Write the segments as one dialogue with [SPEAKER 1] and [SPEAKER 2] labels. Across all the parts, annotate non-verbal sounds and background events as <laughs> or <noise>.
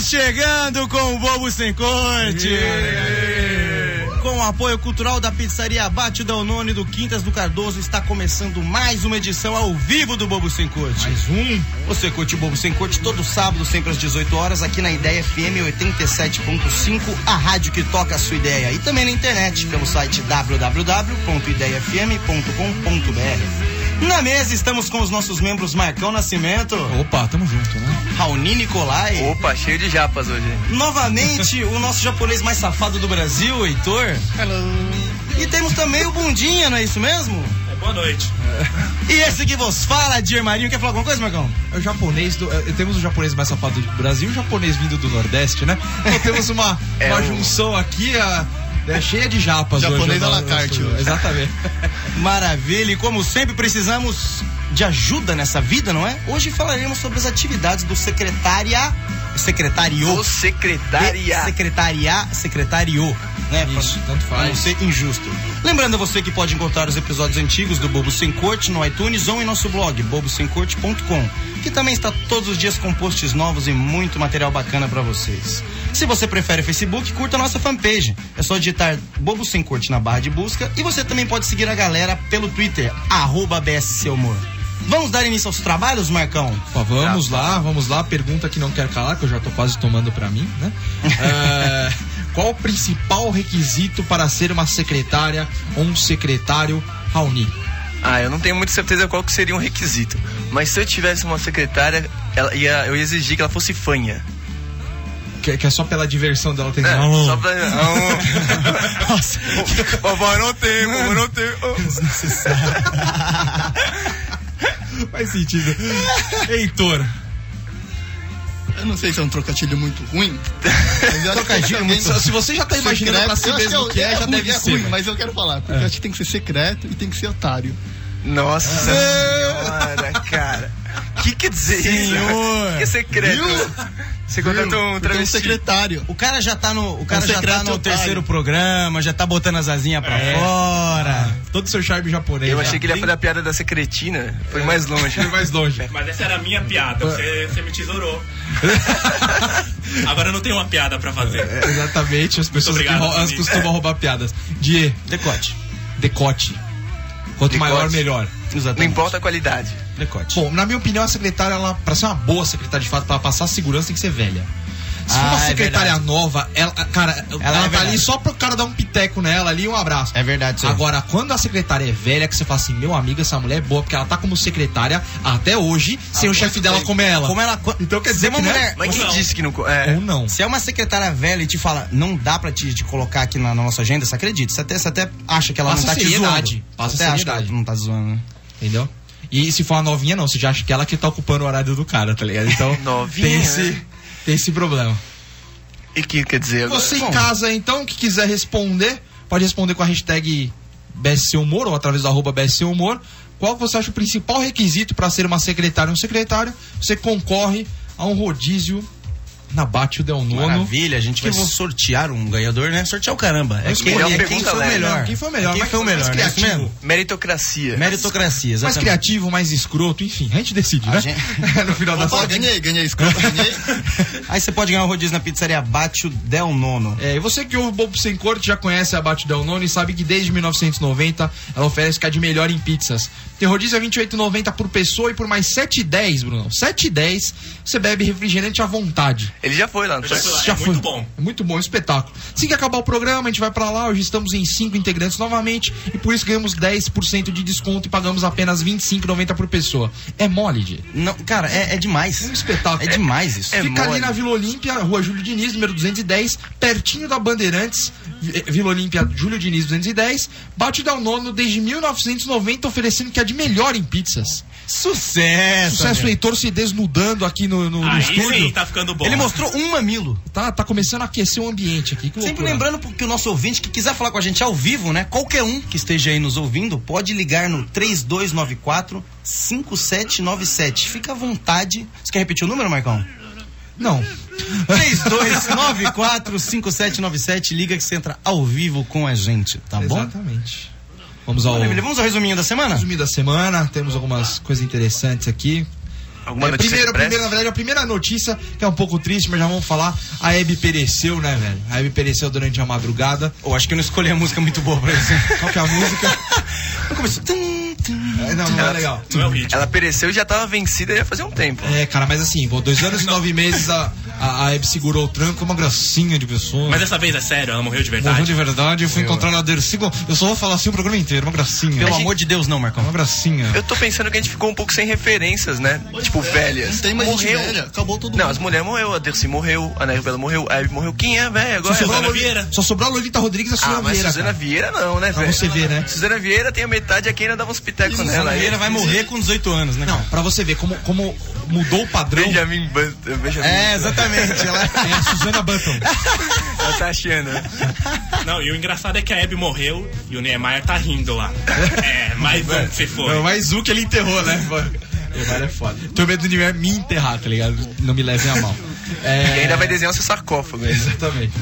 [SPEAKER 1] chegando com o Bobo Sem Corte. Com o apoio cultural da pizzaria Bate Dalnone do Quintas do Cardoso, está começando mais uma edição ao vivo do Bobo Sem Corte.
[SPEAKER 2] Mais um.
[SPEAKER 1] Você curte o Bobo Sem Corte todo sábado, sempre às 18 horas, aqui na Ideia FM 87.5, a rádio que toca a sua ideia. E também na internet, pelo site www.ideiafm.com.br. Na mesa estamos com os nossos membros Marcão Nascimento,
[SPEAKER 2] Opa, tamo junto, né?
[SPEAKER 1] Raoni Nicolai,
[SPEAKER 3] Opa, cheio de japas hoje.
[SPEAKER 1] Novamente, o nosso japonês mais safado do Brasil, Heitor. Hello. E temos também o Bundinha, não é isso mesmo?
[SPEAKER 3] Boa noite.
[SPEAKER 1] E esse que vos fala, Dir Marinho. Quer falar alguma coisa, Marcão?
[SPEAKER 2] É o japonês do. é, temos o japonês mais safado do Brasil e o japonês vindo do Nordeste, né?
[SPEAKER 3] <laughs>
[SPEAKER 2] Então temos uma,
[SPEAKER 3] É
[SPEAKER 2] uma
[SPEAKER 3] o-
[SPEAKER 2] junção aqui a- é cheia de japas hoje. né,
[SPEAKER 4] Japonês à la
[SPEAKER 2] no-
[SPEAKER 4] carte
[SPEAKER 2] no-
[SPEAKER 3] né?
[SPEAKER 4] hoje.
[SPEAKER 2] Exatamente.
[SPEAKER 3] <laughs>
[SPEAKER 1] Maravilha. E como sempre, precisamos de ajuda nessa vida, não é? Hoje falaremos sobre as atividades do secretária... Secretariou.
[SPEAKER 3] O secretaria.
[SPEAKER 1] Secretaria, secretario, né?
[SPEAKER 2] Isso,
[SPEAKER 1] Pra-
[SPEAKER 2] tanto
[SPEAKER 1] pra
[SPEAKER 2] faz.
[SPEAKER 1] não ser injusto. Lembrando a você que pode encontrar os episódios antigos do Bobo Sem Corte no iTunes ou em nosso blog, bobosemcorte.com, que também está todos os dias com posts novos e muito material bacana pra vocês. Se você prefere Facebook, curta a nossa fanpage. É só digitar Bobo Sem Corte na barra de busca e você também pode seguir a galera pelo Twitter, arroba BSC Humor. Vamos dar início aos trabalhos, Marcão?
[SPEAKER 2] Opa, vamos lá, vamos lá. Pergunta que não quer calar, que eu já tô quase tomando pra mim,
[SPEAKER 3] <laughs>
[SPEAKER 2] né? É, qual o principal requisito para ser uma secretária ou um secretário Raoni?
[SPEAKER 3] Ah, eu não tenho muita certeza qual que seria um requisito. Mas se eu tivesse uma secretária, ela ia- eu ia exigir que ela fosse fanha.
[SPEAKER 2] Que, que é só pela diversão dela ter
[SPEAKER 3] É,
[SPEAKER 2] Não.
[SPEAKER 3] Só pra. <laughs> Vovó, não tem, vovó, não tem. <laughs>
[SPEAKER 2] Faz sentido. Heitor.
[SPEAKER 4] Eu não sei se é um trocadilho muito ruim. Mas eu acho que
[SPEAKER 1] Trocadilho
[SPEAKER 4] também
[SPEAKER 1] muito-
[SPEAKER 4] não-
[SPEAKER 2] Se você já tá imaginando
[SPEAKER 4] secreto-
[SPEAKER 2] pra si
[SPEAKER 4] eu acho
[SPEAKER 2] mesmo o que é, já
[SPEAKER 4] ruim,
[SPEAKER 2] deve
[SPEAKER 4] é
[SPEAKER 2] ser.
[SPEAKER 4] ruim,
[SPEAKER 2] né?
[SPEAKER 4] mas eu quero falar, porque eu acho que tem que ser secreto e tem que ser otário.
[SPEAKER 3] Nossa senhora, cara. O que quer dizer
[SPEAKER 1] Senhor.
[SPEAKER 3] isso? Que secreto.
[SPEAKER 4] Viu?
[SPEAKER 3] Você
[SPEAKER 2] Então,
[SPEAKER 3] contratou um
[SPEAKER 4] Porque um
[SPEAKER 3] travesti.
[SPEAKER 4] secretário.
[SPEAKER 1] O cara já tá no, o cara já tá
[SPEAKER 4] secreto
[SPEAKER 1] no
[SPEAKER 4] otário.
[SPEAKER 1] terceiro programa, já tá botando as asinhas pra
[SPEAKER 2] É.
[SPEAKER 1] fora.
[SPEAKER 2] Todo o seu charme japonês.
[SPEAKER 3] Eu
[SPEAKER 2] né?
[SPEAKER 3] achei que ele ia fazer a piada da secretina. Foi mais longe.
[SPEAKER 2] Foi mais longe.
[SPEAKER 5] Mas essa era a minha piada, você, você me tesourou. Agora eu não tenho uma piada pra fazer.
[SPEAKER 2] É, <laughs> Exatamente, as pessoas que
[SPEAKER 5] obrigado,
[SPEAKER 2] rou- elas
[SPEAKER 5] amigo.
[SPEAKER 2] costumam roubar piadas. Die,
[SPEAKER 1] Decote.
[SPEAKER 2] decote. Quanto
[SPEAKER 3] Decote.
[SPEAKER 2] maior, melhor.
[SPEAKER 3] Não importa a qualidade.
[SPEAKER 1] Decote.
[SPEAKER 2] Bom, na minha opinião, a secretária, ela, pra ser uma boa secretária de fato, pra passar segurança, tem que ser velha. Se for
[SPEAKER 1] Ah,
[SPEAKER 2] uma
[SPEAKER 1] é
[SPEAKER 2] secretária
[SPEAKER 1] verdade.
[SPEAKER 2] nova, ela, cara, ela,
[SPEAKER 1] é
[SPEAKER 2] tá
[SPEAKER 1] verdade.
[SPEAKER 2] ali só pro cara dar um piteco nela ali e um abraço.
[SPEAKER 1] É verdade, senhor.
[SPEAKER 2] Agora, quando a secretária é velha, que você fala assim, meu amigo, essa mulher é boa, porque ela tá como secretária até hoje, sem o chefe dela como ela.
[SPEAKER 1] Como ela.
[SPEAKER 2] Então quer
[SPEAKER 1] Se
[SPEAKER 2] dizer
[SPEAKER 1] é uma
[SPEAKER 2] que, né?
[SPEAKER 1] mulher.
[SPEAKER 3] Mas
[SPEAKER 5] Ou
[SPEAKER 3] quem
[SPEAKER 5] não.
[SPEAKER 3] disse que não. co- É.
[SPEAKER 2] Ou não.
[SPEAKER 1] Se é uma secretária velha e te fala, não dá pra te, te colocar aqui na, na nossa agenda, você acredita. Você até, você até acha que ela
[SPEAKER 2] Passa
[SPEAKER 1] não tá te
[SPEAKER 2] seriedade.
[SPEAKER 1] zoando.
[SPEAKER 2] Passa
[SPEAKER 1] você até acha que
[SPEAKER 2] seriedade.
[SPEAKER 1] ela não tá zoando, né?
[SPEAKER 2] Entendeu? E se for uma novinha, não. Você já acha que ela que tá ocupando o horário do cara, tá ligado? Então,
[SPEAKER 3] Novinha,
[SPEAKER 2] tem esse,
[SPEAKER 3] né?
[SPEAKER 2] tem esse problema.
[SPEAKER 3] E o que quer dizer agora?
[SPEAKER 2] Você em
[SPEAKER 1] Bom.
[SPEAKER 2] casa, então, que quiser responder, pode responder com a hashtag BSC Humor ou através do arroba BSC Humor. Qual que você acha o principal requisito para ser uma secretária ou um secretário? Você concorre a um rodízio na Bate o Del Nono.
[SPEAKER 1] Maravilha, a gente vai
[SPEAKER 2] Que bom.
[SPEAKER 1] sortear um ganhador, né? Sortear o caramba. É
[SPEAKER 2] Vamos
[SPEAKER 1] quem,
[SPEAKER 2] escolher
[SPEAKER 1] é
[SPEAKER 3] uma
[SPEAKER 1] quem
[SPEAKER 3] pergunta
[SPEAKER 1] foi o
[SPEAKER 3] leve.
[SPEAKER 1] melhor.
[SPEAKER 2] Não, quem foi o melhor,
[SPEAKER 1] É Quem
[SPEAKER 2] mas
[SPEAKER 1] foi o
[SPEAKER 2] mais
[SPEAKER 1] melhor, né? Isso
[SPEAKER 2] criativo.
[SPEAKER 1] mesmo?
[SPEAKER 3] Meritocracia.
[SPEAKER 1] Meritocracia,
[SPEAKER 2] Mais
[SPEAKER 1] exatamente.
[SPEAKER 2] criativo, mais escroto, enfim. A gente decide, né?
[SPEAKER 1] gente-
[SPEAKER 2] <laughs> no final da
[SPEAKER 4] Opa,
[SPEAKER 2] série.
[SPEAKER 4] ganhei,
[SPEAKER 2] <laughs>
[SPEAKER 4] ganhei, escuta, ganhei.
[SPEAKER 1] Aí você pode ganhar um rodízio na pizzaria Bátio Del Nono.
[SPEAKER 2] É, e você que ouve o Bobo Sem Corte já conhece a Bate Del Noni e sabe que desde 1990 ela oferece o que há de melhor em pizzas. Tem rodízio a 28,90 por pessoa e por mais 7,10, Bruno. 7,10 você bebe refrigerante à vontade.
[SPEAKER 3] Ele já foi lá, não
[SPEAKER 5] Eu
[SPEAKER 3] foi?
[SPEAKER 5] já fui lá,
[SPEAKER 2] Já
[SPEAKER 5] é
[SPEAKER 2] foi.
[SPEAKER 5] muito bom.
[SPEAKER 2] É muito bom, é um espetáculo. Assim que acabar o programa, a gente vai pra lá. Hoje estamos em cinco integrantes novamente e por isso ganhamos 10% de desconto e pagamos apenas R$ 25,90 por pessoa. É mole, Di.
[SPEAKER 1] Não, cara, é, é demais.
[SPEAKER 2] É um espetáculo.
[SPEAKER 1] É demais isso.
[SPEAKER 3] É
[SPEAKER 2] Fica ali
[SPEAKER 3] mole.
[SPEAKER 2] na Vila Olímpia, rua Júlio Diniz, número 210, pertinho da Bandeirantes, Vi- eh, Vila Olímpia, Júlio Diniz 210, bate o Del nono desde 1990, oferecendo o que é de melhor em pizzas.
[SPEAKER 1] Sucesso!
[SPEAKER 2] Sucesso
[SPEAKER 1] amigo.
[SPEAKER 2] Heitor se desnudando aqui no, no, no
[SPEAKER 5] Aí
[SPEAKER 2] é um estúdio.
[SPEAKER 5] sim, tá ficando bom.
[SPEAKER 1] Ele mostrou um mamilo.
[SPEAKER 2] Tá, tá começando a aquecer o ambiente aqui. que
[SPEAKER 1] Sempre
[SPEAKER 2] loucura.
[SPEAKER 1] lembrando que o nosso ouvinte que quiser falar com a gente ao vivo, né? Qualquer um que esteja aí nos ouvindo, pode ligar no 3294 5797. Fica à vontade. Você quer repetir o número,
[SPEAKER 2] <laughs>
[SPEAKER 1] Marcão?
[SPEAKER 2] Não.
[SPEAKER 1] 3294 5797. Liga que você entra ao vivo com a gente, tá bom?
[SPEAKER 2] Exatamente. Vamos ao
[SPEAKER 1] Maravilha. Vamos ao resuminho da semana?
[SPEAKER 2] resumo da semana. Temos algumas coisas interessantes aqui.
[SPEAKER 3] Alguma
[SPEAKER 2] É,
[SPEAKER 3] notícia
[SPEAKER 2] primeiro,
[SPEAKER 3] expressa?
[SPEAKER 2] primeiro, na verdade, a primeira notícia, que é um pouco triste, mas já vamos falar. A Hebe pereceu, né, velho? A Hebe pereceu durante a madrugada.
[SPEAKER 6] Eu acho que eu não escolhi a música muito boa pra isso.
[SPEAKER 2] Qual que é a música?
[SPEAKER 6] Eu começo. Tum, tum.
[SPEAKER 2] É, não, não é legal.
[SPEAKER 5] Não é o ritmo.
[SPEAKER 3] Ela pereceu e já tava vencida já fazia um tempo.
[SPEAKER 2] É, cara, mas assim, pô, dois anos e nove meses a, a, a Hebe segurou o tranco, é uma gracinha de pessoa.
[SPEAKER 5] Mas dessa vez é sério, ela morreu de
[SPEAKER 2] Morreu
[SPEAKER 5] verdade.
[SPEAKER 2] de verdade, eu fui encontrar na Dercy. Gon- Eu só vou falar assim o programa inteiro, uma gracinha. É
[SPEAKER 6] Pelo amor de Deus, não, Marcão.
[SPEAKER 2] Uma gracinha.
[SPEAKER 3] Eu tô pensando que a gente ficou um pouco sem referências, né? tipo, velhas.
[SPEAKER 4] Não tem mais
[SPEAKER 3] morreu.
[SPEAKER 4] gente velha. Acabou todo
[SPEAKER 3] Não, as
[SPEAKER 4] mundo.
[SPEAKER 3] mulheres morreu, a Dercy morreu, a Nair Bela morreu, a Hebe morreu. Quem é, velho? Agora
[SPEAKER 5] Suzana
[SPEAKER 3] Agora-
[SPEAKER 5] Vieira.
[SPEAKER 2] Só sobrou a Lolita Rodrigues e a Suzana
[SPEAKER 3] Ah, mas
[SPEAKER 2] Vieira.
[SPEAKER 3] Suzana
[SPEAKER 2] cara.
[SPEAKER 3] Vieira não, né,
[SPEAKER 2] Pra
[SPEAKER 3] velho?
[SPEAKER 2] você ver, né?
[SPEAKER 3] Suzana Vieira tem a metade aqui e ainda dava uns pitecos nela. aí.
[SPEAKER 6] Ela vai morrer com 18 anos, né?
[SPEAKER 2] Não, pra você ver como, como mudou o padrão.
[SPEAKER 3] Benjamin Button. Benjamin
[SPEAKER 6] É, exatamente. Ela...
[SPEAKER 2] <laughs> É a Suzana Button.
[SPEAKER 3] <laughs> Ela tá achando.
[SPEAKER 5] Não, e o engraçado é que a Abby morreu e o Neymar tá rindo lá. É, mais um que se foi.
[SPEAKER 2] Mas o que ele enterrou, né? Neymar é foda. Tenho medo do Neymar me enterrar, tá ligado? Não me levem a mal.
[SPEAKER 3] E
[SPEAKER 2] É,
[SPEAKER 3] ainda vai desenhar o seu sarcófago. ainda.
[SPEAKER 2] <laughs> exatamente.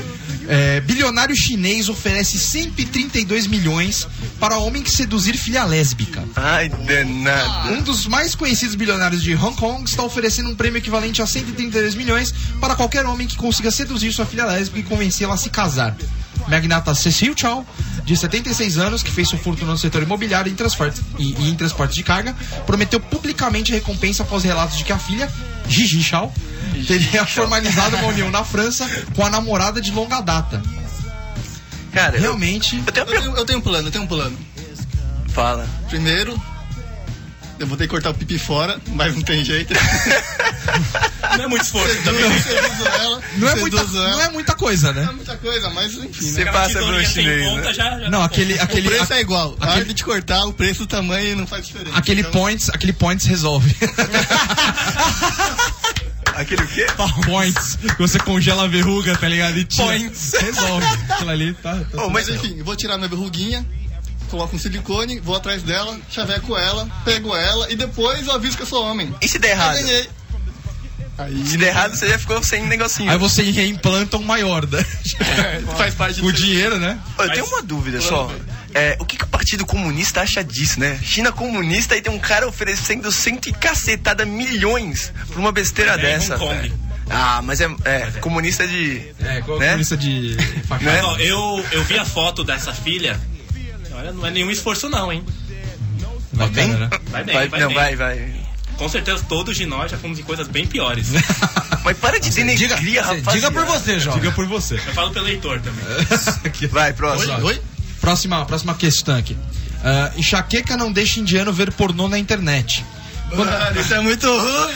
[SPEAKER 2] É, bilionário chinês oferece 132 milhões para homem que seduzir filha lésbica.
[SPEAKER 3] Ai, danado.
[SPEAKER 2] Um dos mais conhecidos bilionários de Hong Kong está oferecendo um prêmio equivalente a 132 milhões para qualquer homem que consiga seduzir sua filha lésbica e convencê-la a se casar. Magnata Cecil Chow, de 76 anos, que fez sua fortuna no setor imobiliário e em transportes, e, e em transportes de carga, prometeu publicamente a recompensa após relatos de que a filha, Gigi Chow, teria formalizado uma união na França com a namorada de longa data.
[SPEAKER 3] Cara, eu,
[SPEAKER 2] Realmente,
[SPEAKER 3] eu tenho uma
[SPEAKER 4] Eu
[SPEAKER 3] pergunta.
[SPEAKER 4] tenho, eu tenho um plano, eu tenho um plano.
[SPEAKER 3] Fala.
[SPEAKER 4] Primeiro, eu vou ter que cortar o pipi fora, mas não
[SPEAKER 2] <laughs>
[SPEAKER 4] tem jeito.
[SPEAKER 5] Não é muito esforço também.
[SPEAKER 4] Seduzo ela,
[SPEAKER 2] não é,
[SPEAKER 4] seduzo
[SPEAKER 2] muita,
[SPEAKER 4] ela.
[SPEAKER 2] não é muita coisa, né?
[SPEAKER 4] Não é muita coisa, mas enfim, né?
[SPEAKER 3] Você passa pro
[SPEAKER 5] Gratidão sem
[SPEAKER 3] chinês,
[SPEAKER 5] assim, conta
[SPEAKER 3] né?
[SPEAKER 5] já- já
[SPEAKER 2] Não,
[SPEAKER 5] tá
[SPEAKER 2] aquele,
[SPEAKER 5] bom.
[SPEAKER 4] O
[SPEAKER 2] aquele,
[SPEAKER 4] preço é igual. A
[SPEAKER 2] aquele-
[SPEAKER 4] hora de cortar, o preço, o tamanho não faz diferença.
[SPEAKER 2] Aquele
[SPEAKER 4] Então,
[SPEAKER 2] points, aquele points resolve.
[SPEAKER 3] Aquele o quê?
[SPEAKER 2] <laughs> points. Você congela a verruga, tá ligado? E tira. Points. Resolve. Aquilo ali tá. tá-
[SPEAKER 3] Ô,
[SPEAKER 4] Mas
[SPEAKER 3] mas
[SPEAKER 4] enfim, eu vou tirar minha verruguinha, coloco um silicone, vou atrás dela, chaveco ela, pego ela e depois eu aviso que eu sou homem.
[SPEAKER 3] e se der errado?
[SPEAKER 4] Eu ganhei. Aí
[SPEAKER 3] Se der errado, você já ficou sem negocinho.
[SPEAKER 2] Aí você reimplanta um maior, né? <laughs>
[SPEAKER 4] faz parte
[SPEAKER 2] O
[SPEAKER 4] do
[SPEAKER 2] dinheiro, né?
[SPEAKER 3] Ô, Eu tenho uma dúvida só. É, o que, que o Partido Comunista acha disso, né? China comunista e tem um cara oferecendo cento e cacetada milhões por uma besteira
[SPEAKER 5] É, em
[SPEAKER 3] dessa.
[SPEAKER 5] Hong Kong.
[SPEAKER 3] velho. Ah, mas é, é, comunista de.
[SPEAKER 2] É, com
[SPEAKER 3] Né?
[SPEAKER 2] a polícia de facada.
[SPEAKER 3] Né?
[SPEAKER 5] Ó, eu, eu vi a foto dessa filha. Olha, não é nenhum esforço não, hein?
[SPEAKER 2] Vai
[SPEAKER 3] bem?
[SPEAKER 2] cara, né?
[SPEAKER 5] Vai bem,
[SPEAKER 3] Vai-
[SPEAKER 5] vai,
[SPEAKER 3] não,
[SPEAKER 5] bem.
[SPEAKER 3] vai, vai.
[SPEAKER 5] Com certeza todos de nós já fomos em coisas bem piores.
[SPEAKER 3] Mas para de denegrir,
[SPEAKER 6] Diga,
[SPEAKER 3] rapaz.
[SPEAKER 6] diga por você, João.
[SPEAKER 2] Diga por você.
[SPEAKER 5] Eu falo pelo Heitor também.
[SPEAKER 2] <laughs>
[SPEAKER 3] Vai,
[SPEAKER 4] Oi?
[SPEAKER 3] próximo.
[SPEAKER 4] Oi?
[SPEAKER 2] Próxima, próxima questão aqui. Ah, enxaqueca não deixa indiano ver pornô na internet.
[SPEAKER 4] Mano, isso é muito ruim.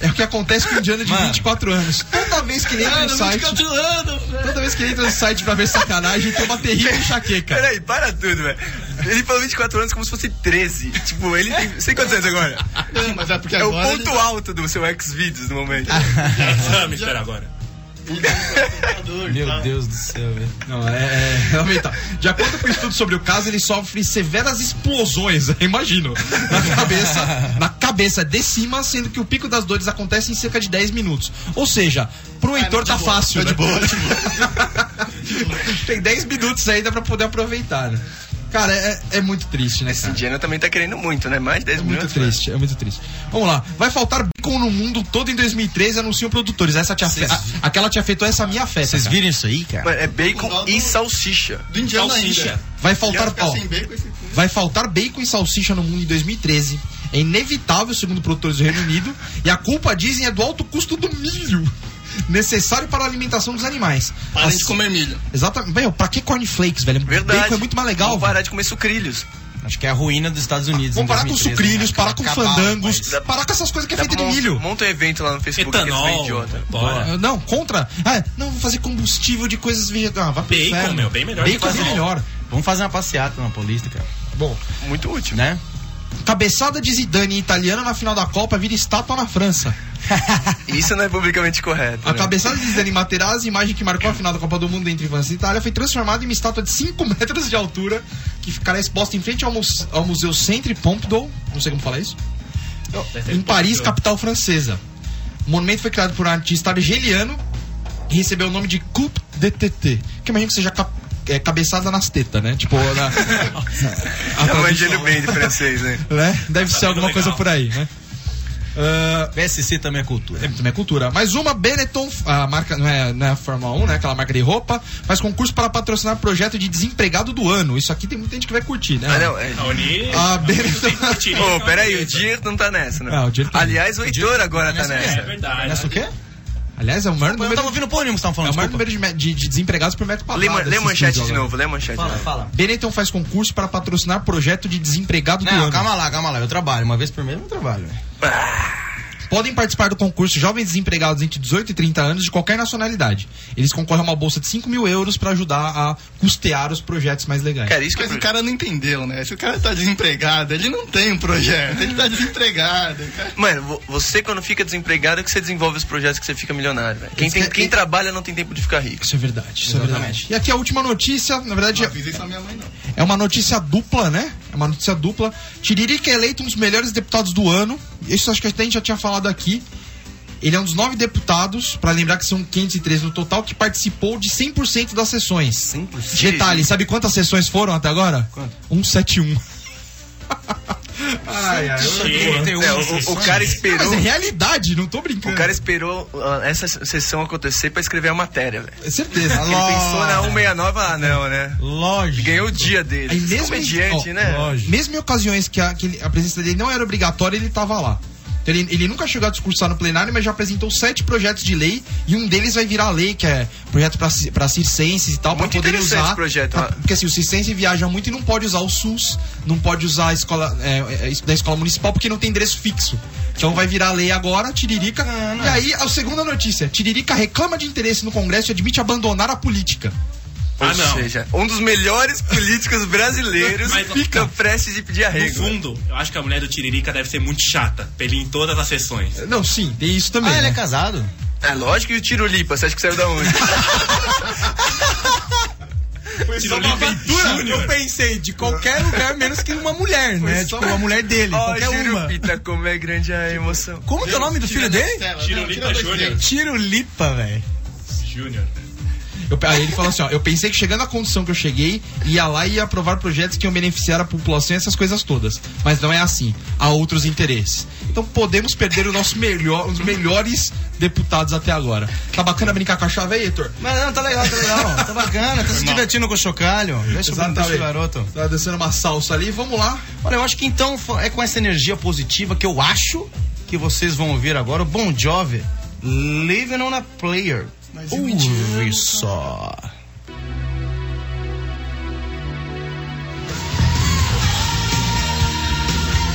[SPEAKER 2] É o que acontece com um indiano de
[SPEAKER 6] Mano.
[SPEAKER 2] 24 anos. Toda vez que ele entra
[SPEAKER 4] Cara,
[SPEAKER 2] no
[SPEAKER 4] não
[SPEAKER 2] site,
[SPEAKER 4] fica tirando.
[SPEAKER 2] toda vez que ele entra no site pra ver sacanagem, tem uma terrível enxaqueca.
[SPEAKER 3] Peraí, para tudo, velho. Ele falou 24 anos como se fosse 13. Tipo, ele tem. Sei quantos anos agora?
[SPEAKER 4] Não, mas é porque
[SPEAKER 3] É o
[SPEAKER 4] agora.
[SPEAKER 3] ponto
[SPEAKER 2] tá-
[SPEAKER 3] alto do seu ex-vídeos no momento.
[SPEAKER 2] Ah.
[SPEAKER 5] É exame, espera agora.
[SPEAKER 4] Meu Deus.
[SPEAKER 2] do céu, velho. Não, é, é lamentável. De acordo com o estudo sobre o caso, ele sofre severas explosões, <laughs> imagino, na cabeça, na cabeça de cima, sendo que o pico das dores acontece em cerca de 10 minutos. Ou seja, pro Heitor
[SPEAKER 4] de
[SPEAKER 2] tá
[SPEAKER 4] boa,
[SPEAKER 2] fácil,
[SPEAKER 4] tá de
[SPEAKER 2] né? <laughs> Tem 10 minutos ainda pra poder aproveitar, né? Cara, é, é muito triste, né,
[SPEAKER 3] Esse
[SPEAKER 2] cara?
[SPEAKER 3] indiano também tá querendo muito, né? Mais 10
[SPEAKER 2] É muito
[SPEAKER 3] minutos. velho.
[SPEAKER 2] triste, é muito triste. Vamos lá. Vai faltar bacon no mundo todo em 2013, anunciam produtores. Essa te afe...
[SPEAKER 6] Vocês-
[SPEAKER 2] a- Aquela te afetou, essa me afeta.
[SPEAKER 6] Vocês
[SPEAKER 2] cara.
[SPEAKER 6] viram isso aí, cara?
[SPEAKER 3] Mano, é bacon
[SPEAKER 4] Logo-
[SPEAKER 3] e salsicha.
[SPEAKER 4] Do indiano
[SPEAKER 5] Salsicha.
[SPEAKER 4] ainda.
[SPEAKER 2] Vai
[SPEAKER 4] Quero
[SPEAKER 2] faltar.
[SPEAKER 4] ficar
[SPEAKER 2] ó,
[SPEAKER 4] sem bacon e sem cu.
[SPEAKER 2] Vai faltar bacon e salsicha no mundo em 2013. É inevitável, segundo produtores do Reino Unido, e a culpa, dizem, é do alto custo do milho, necessário para a alimentação dos animais.
[SPEAKER 4] Parem
[SPEAKER 2] As-
[SPEAKER 4] de comer milho.
[SPEAKER 2] Exatamente. Meu, pra que cornflakes, velho?
[SPEAKER 3] Verdade.
[SPEAKER 2] Bacon é muito mais legal.
[SPEAKER 3] Vamos
[SPEAKER 2] velho.
[SPEAKER 3] parar de comer sucrilhos.
[SPEAKER 6] Acho que é a ruína dos Estados Unidos.
[SPEAKER 2] Vamos
[SPEAKER 6] em
[SPEAKER 2] parar com
[SPEAKER 6] 2013,
[SPEAKER 2] sucrilhos,
[SPEAKER 6] né?
[SPEAKER 2] parar com
[SPEAKER 6] Acabar o
[SPEAKER 2] fandangos,
[SPEAKER 6] país.
[SPEAKER 2] parar com essas coisas que é
[SPEAKER 3] Dá
[SPEAKER 2] feita
[SPEAKER 3] pra
[SPEAKER 2] de
[SPEAKER 3] mon-
[SPEAKER 2] milho.
[SPEAKER 3] Monta um evento lá no Facebook que eles
[SPEAKER 5] Etanol,
[SPEAKER 3] bem idiota.
[SPEAKER 5] bora.
[SPEAKER 2] Ah, Não, contra. Ah, não, vou fazer combustível de coisas vegetais. Ah, vai pro
[SPEAKER 5] Bacon,
[SPEAKER 2] inferno.
[SPEAKER 5] meu, bem melhor que
[SPEAKER 2] Bacon é bem
[SPEAKER 5] etanol.
[SPEAKER 2] melhor.
[SPEAKER 6] Vamos fazer uma passeata na Paulista, cara.
[SPEAKER 2] Bom,
[SPEAKER 3] Muito útil.
[SPEAKER 6] Né?
[SPEAKER 2] cabeçada de Zidane italiana na final da Copa vira estátua na França.
[SPEAKER 3] Isso não é publicamente correto.
[SPEAKER 2] A
[SPEAKER 3] né?
[SPEAKER 2] cabeçada de Zidane Materazzi, imagem que marcou a final da Copa do Mundo entre França e Itália, foi transformada em uma estátua de 5 <laughs> metros de altura que ficará exposta em frente ao, mus- ao Museu Centre Pompidou, não sei como falar isso,
[SPEAKER 3] tá
[SPEAKER 2] em Paris, capital francesa. O monumento foi criado por um artista argeliano e recebeu o nome de Coupe de Tété, que eu imagino que seja cap- é, cabeçada nas tetas, né? Tipo,
[SPEAKER 3] <laughs>
[SPEAKER 2] na,
[SPEAKER 3] É
[SPEAKER 2] na- a
[SPEAKER 3] um
[SPEAKER 2] tradução,
[SPEAKER 3] evangelho bem de francês, né?
[SPEAKER 1] Tá
[SPEAKER 2] né? Deve ser alguma
[SPEAKER 5] legal.
[SPEAKER 2] coisa por aí, né? Ah,
[SPEAKER 1] PSC também é cultura.
[SPEAKER 2] É, também é cultura. Mais uma, Benetton, a marca, não é, não é a Fórmula 1, né? Aquela marca de roupa, faz concurso para patrocinar projeto de desempregado do ano. Isso aqui tem muita gente que vai curtir, né?
[SPEAKER 3] Ah, não, é.
[SPEAKER 5] A Uni.
[SPEAKER 2] A
[SPEAKER 1] <laughs>
[SPEAKER 2] Benetton.
[SPEAKER 3] Ô, peraí, o Diego não tá nessa, né?
[SPEAKER 2] Ah, o Diego tá-
[SPEAKER 3] Aliás, o Heitor agora tá
[SPEAKER 5] É
[SPEAKER 3] nessa.
[SPEAKER 5] verdade.
[SPEAKER 1] Nessa o quê?
[SPEAKER 2] Aliás, é o
[SPEAKER 1] Eu
[SPEAKER 2] maior
[SPEAKER 1] não
[SPEAKER 2] número,
[SPEAKER 1] tava ouvindo porra nenhuma que você tava
[SPEAKER 2] é
[SPEAKER 1] falando,
[SPEAKER 2] o maior
[SPEAKER 1] desculpa.
[SPEAKER 2] número de, me- de- de desempregados por metro
[SPEAKER 3] Lê,
[SPEAKER 2] quadrado. assim,
[SPEAKER 3] man- lê
[SPEAKER 2] esses
[SPEAKER 3] manchete
[SPEAKER 2] vídeos
[SPEAKER 3] de
[SPEAKER 2] agora.
[SPEAKER 3] novo, lê manchete.
[SPEAKER 6] Fala,
[SPEAKER 3] vai.
[SPEAKER 6] fala.
[SPEAKER 2] Benetton faz concurso para patrocinar projeto de desempregado do
[SPEAKER 1] Não,
[SPEAKER 2] ano.
[SPEAKER 1] calma lá, calma lá. Eu trabalho. Uma vez por mês eu trabalho.
[SPEAKER 2] Podem participar do concurso jovens desempregados entre 18 e 30 anos de qualquer nacionalidade. Eles concorrem a uma bolsa de 5 mil euros para ajudar a custear os projetos mais legais.
[SPEAKER 3] Cara, isso que é
[SPEAKER 4] Mas o
[SPEAKER 3] pro-
[SPEAKER 4] cara não entendeu, né? Se o cara tá desempregado, ele não tem um projeto, ele tá desempregado. o cara-
[SPEAKER 3] Mano, vo- você quando fica desempregado é que você desenvolve os projetos que você fica milionário, velho. Quem,
[SPEAKER 2] Esse
[SPEAKER 3] tem-
[SPEAKER 2] é-
[SPEAKER 3] quem trabalha não tem tempo de ficar rico.
[SPEAKER 2] Isso é verdade, isso é verdade. E aqui a última notícia, na verdade,
[SPEAKER 4] Não avisei só minha mãe, não.
[SPEAKER 2] é uma notícia dupla, né? É uma notícia dupla. Tiririca é eleito um dos melhores deputados do ano. Isso acho que até a gente já tinha falado aqui. Ele é um dos nove deputados, pra lembrar que são 513 no total, que participou de 100% das sessões.
[SPEAKER 1] 100%?
[SPEAKER 2] Detalhe, sabe quantas sessões foram até agora?
[SPEAKER 1] Quanto?
[SPEAKER 2] 171. ai, ai, eu-
[SPEAKER 1] Tem um-
[SPEAKER 3] É, o, o
[SPEAKER 5] né?
[SPEAKER 3] cara esperou.
[SPEAKER 2] Mas é realidade, não tô
[SPEAKER 3] O
[SPEAKER 2] brincando.
[SPEAKER 3] cara esperou ah, essa sessão acontecer pra escrever a matéria, velho.
[SPEAKER 2] É Certeza.
[SPEAKER 3] <laughs> Ele pensou na 169, ah, não, né?
[SPEAKER 1] Lógico.
[SPEAKER 3] Ganhou o dia dele.
[SPEAKER 2] Aí mesmo
[SPEAKER 3] Comediante,
[SPEAKER 2] em- ó,
[SPEAKER 3] né?
[SPEAKER 1] lógico.
[SPEAKER 2] Mesmo em ocasiões que a, que ele- a presença dele não era obrigatória, ele estava lá. Então, ele, ele nunca chegou a discursar no plenário, mas já apresentou sete projetos de lei e um deles vai virar lei, que é projeto para circenses e tal, para
[SPEAKER 3] Muito
[SPEAKER 2] poder
[SPEAKER 3] interessante
[SPEAKER 2] usar.
[SPEAKER 3] esse projeto,
[SPEAKER 2] pra-
[SPEAKER 3] ó.
[SPEAKER 2] porque assim, o circense viaja muito e não pode usar o SUS, não pode usar a escola é, é, isso da escola municipal porque não tem endereço fixo. Então vai virar lei agora, Tiririca.
[SPEAKER 3] Ah,
[SPEAKER 2] E aí, a segunda notícia: Tiririca reclama de interesse no Congresso e admite abandonar a política.
[SPEAKER 3] Ou
[SPEAKER 5] Ah, não.
[SPEAKER 3] seja, um dos melhores políticos brasileiros
[SPEAKER 5] Mas-
[SPEAKER 3] fica prestes de pedir
[SPEAKER 5] No
[SPEAKER 3] arrego.
[SPEAKER 5] fundo, eu acho que a mulher do Tiririca deve ser muito chata. Pra ele ir em todas as sessões.
[SPEAKER 2] Não, sim, tem isso também.
[SPEAKER 1] Ah, ele
[SPEAKER 2] né?
[SPEAKER 1] é casado?
[SPEAKER 3] É lógico que o Tirolipa, você acha que saiu da
[SPEAKER 1] <laughs>
[SPEAKER 3] onde?
[SPEAKER 5] Tirolipa Júnior.
[SPEAKER 1] pensei, de qualquer lugar, menos que uma mulher, né? Tipo, a mulher dele,
[SPEAKER 3] Ó,
[SPEAKER 1] qualquer uma.
[SPEAKER 3] Jirupita, como é grande a
[SPEAKER 5] Tipo,
[SPEAKER 3] emoção.
[SPEAKER 1] Como que é o nome do filho dele?
[SPEAKER 4] Marcela,
[SPEAKER 5] Tira o
[SPEAKER 4] não,
[SPEAKER 5] Lima
[SPEAKER 4] dois
[SPEAKER 5] Júnior.
[SPEAKER 4] dedos.
[SPEAKER 1] Tiro Lipa, velho.
[SPEAKER 5] Júnior.
[SPEAKER 2] Eu, pe- aí ele falou assim, ó, eu pensei que chegando à condição que eu cheguei, ia lá e ia aprovar projetos que iam beneficiar a população e essas coisas todas. Mas não é assim. Há outros interesses. Então podemos perder o nosso melhor, os melhores deputados até agora. Tá bacana brincar com a chave aí, Heitor?
[SPEAKER 1] Mas não, tá legal, tá legal. Tá bacana, tá se divertindo com o chocalho. Deixa eu
[SPEAKER 2] Exatamente.
[SPEAKER 1] perguntar pro garoto.
[SPEAKER 2] Tá descendo uma salsa ali, vamos lá.
[SPEAKER 1] Olha, eu acho que então fo- é com essa energia positiva que eu acho que vocês vão ouvir agora o Bon Jovi, Living on a Player. Ouve só.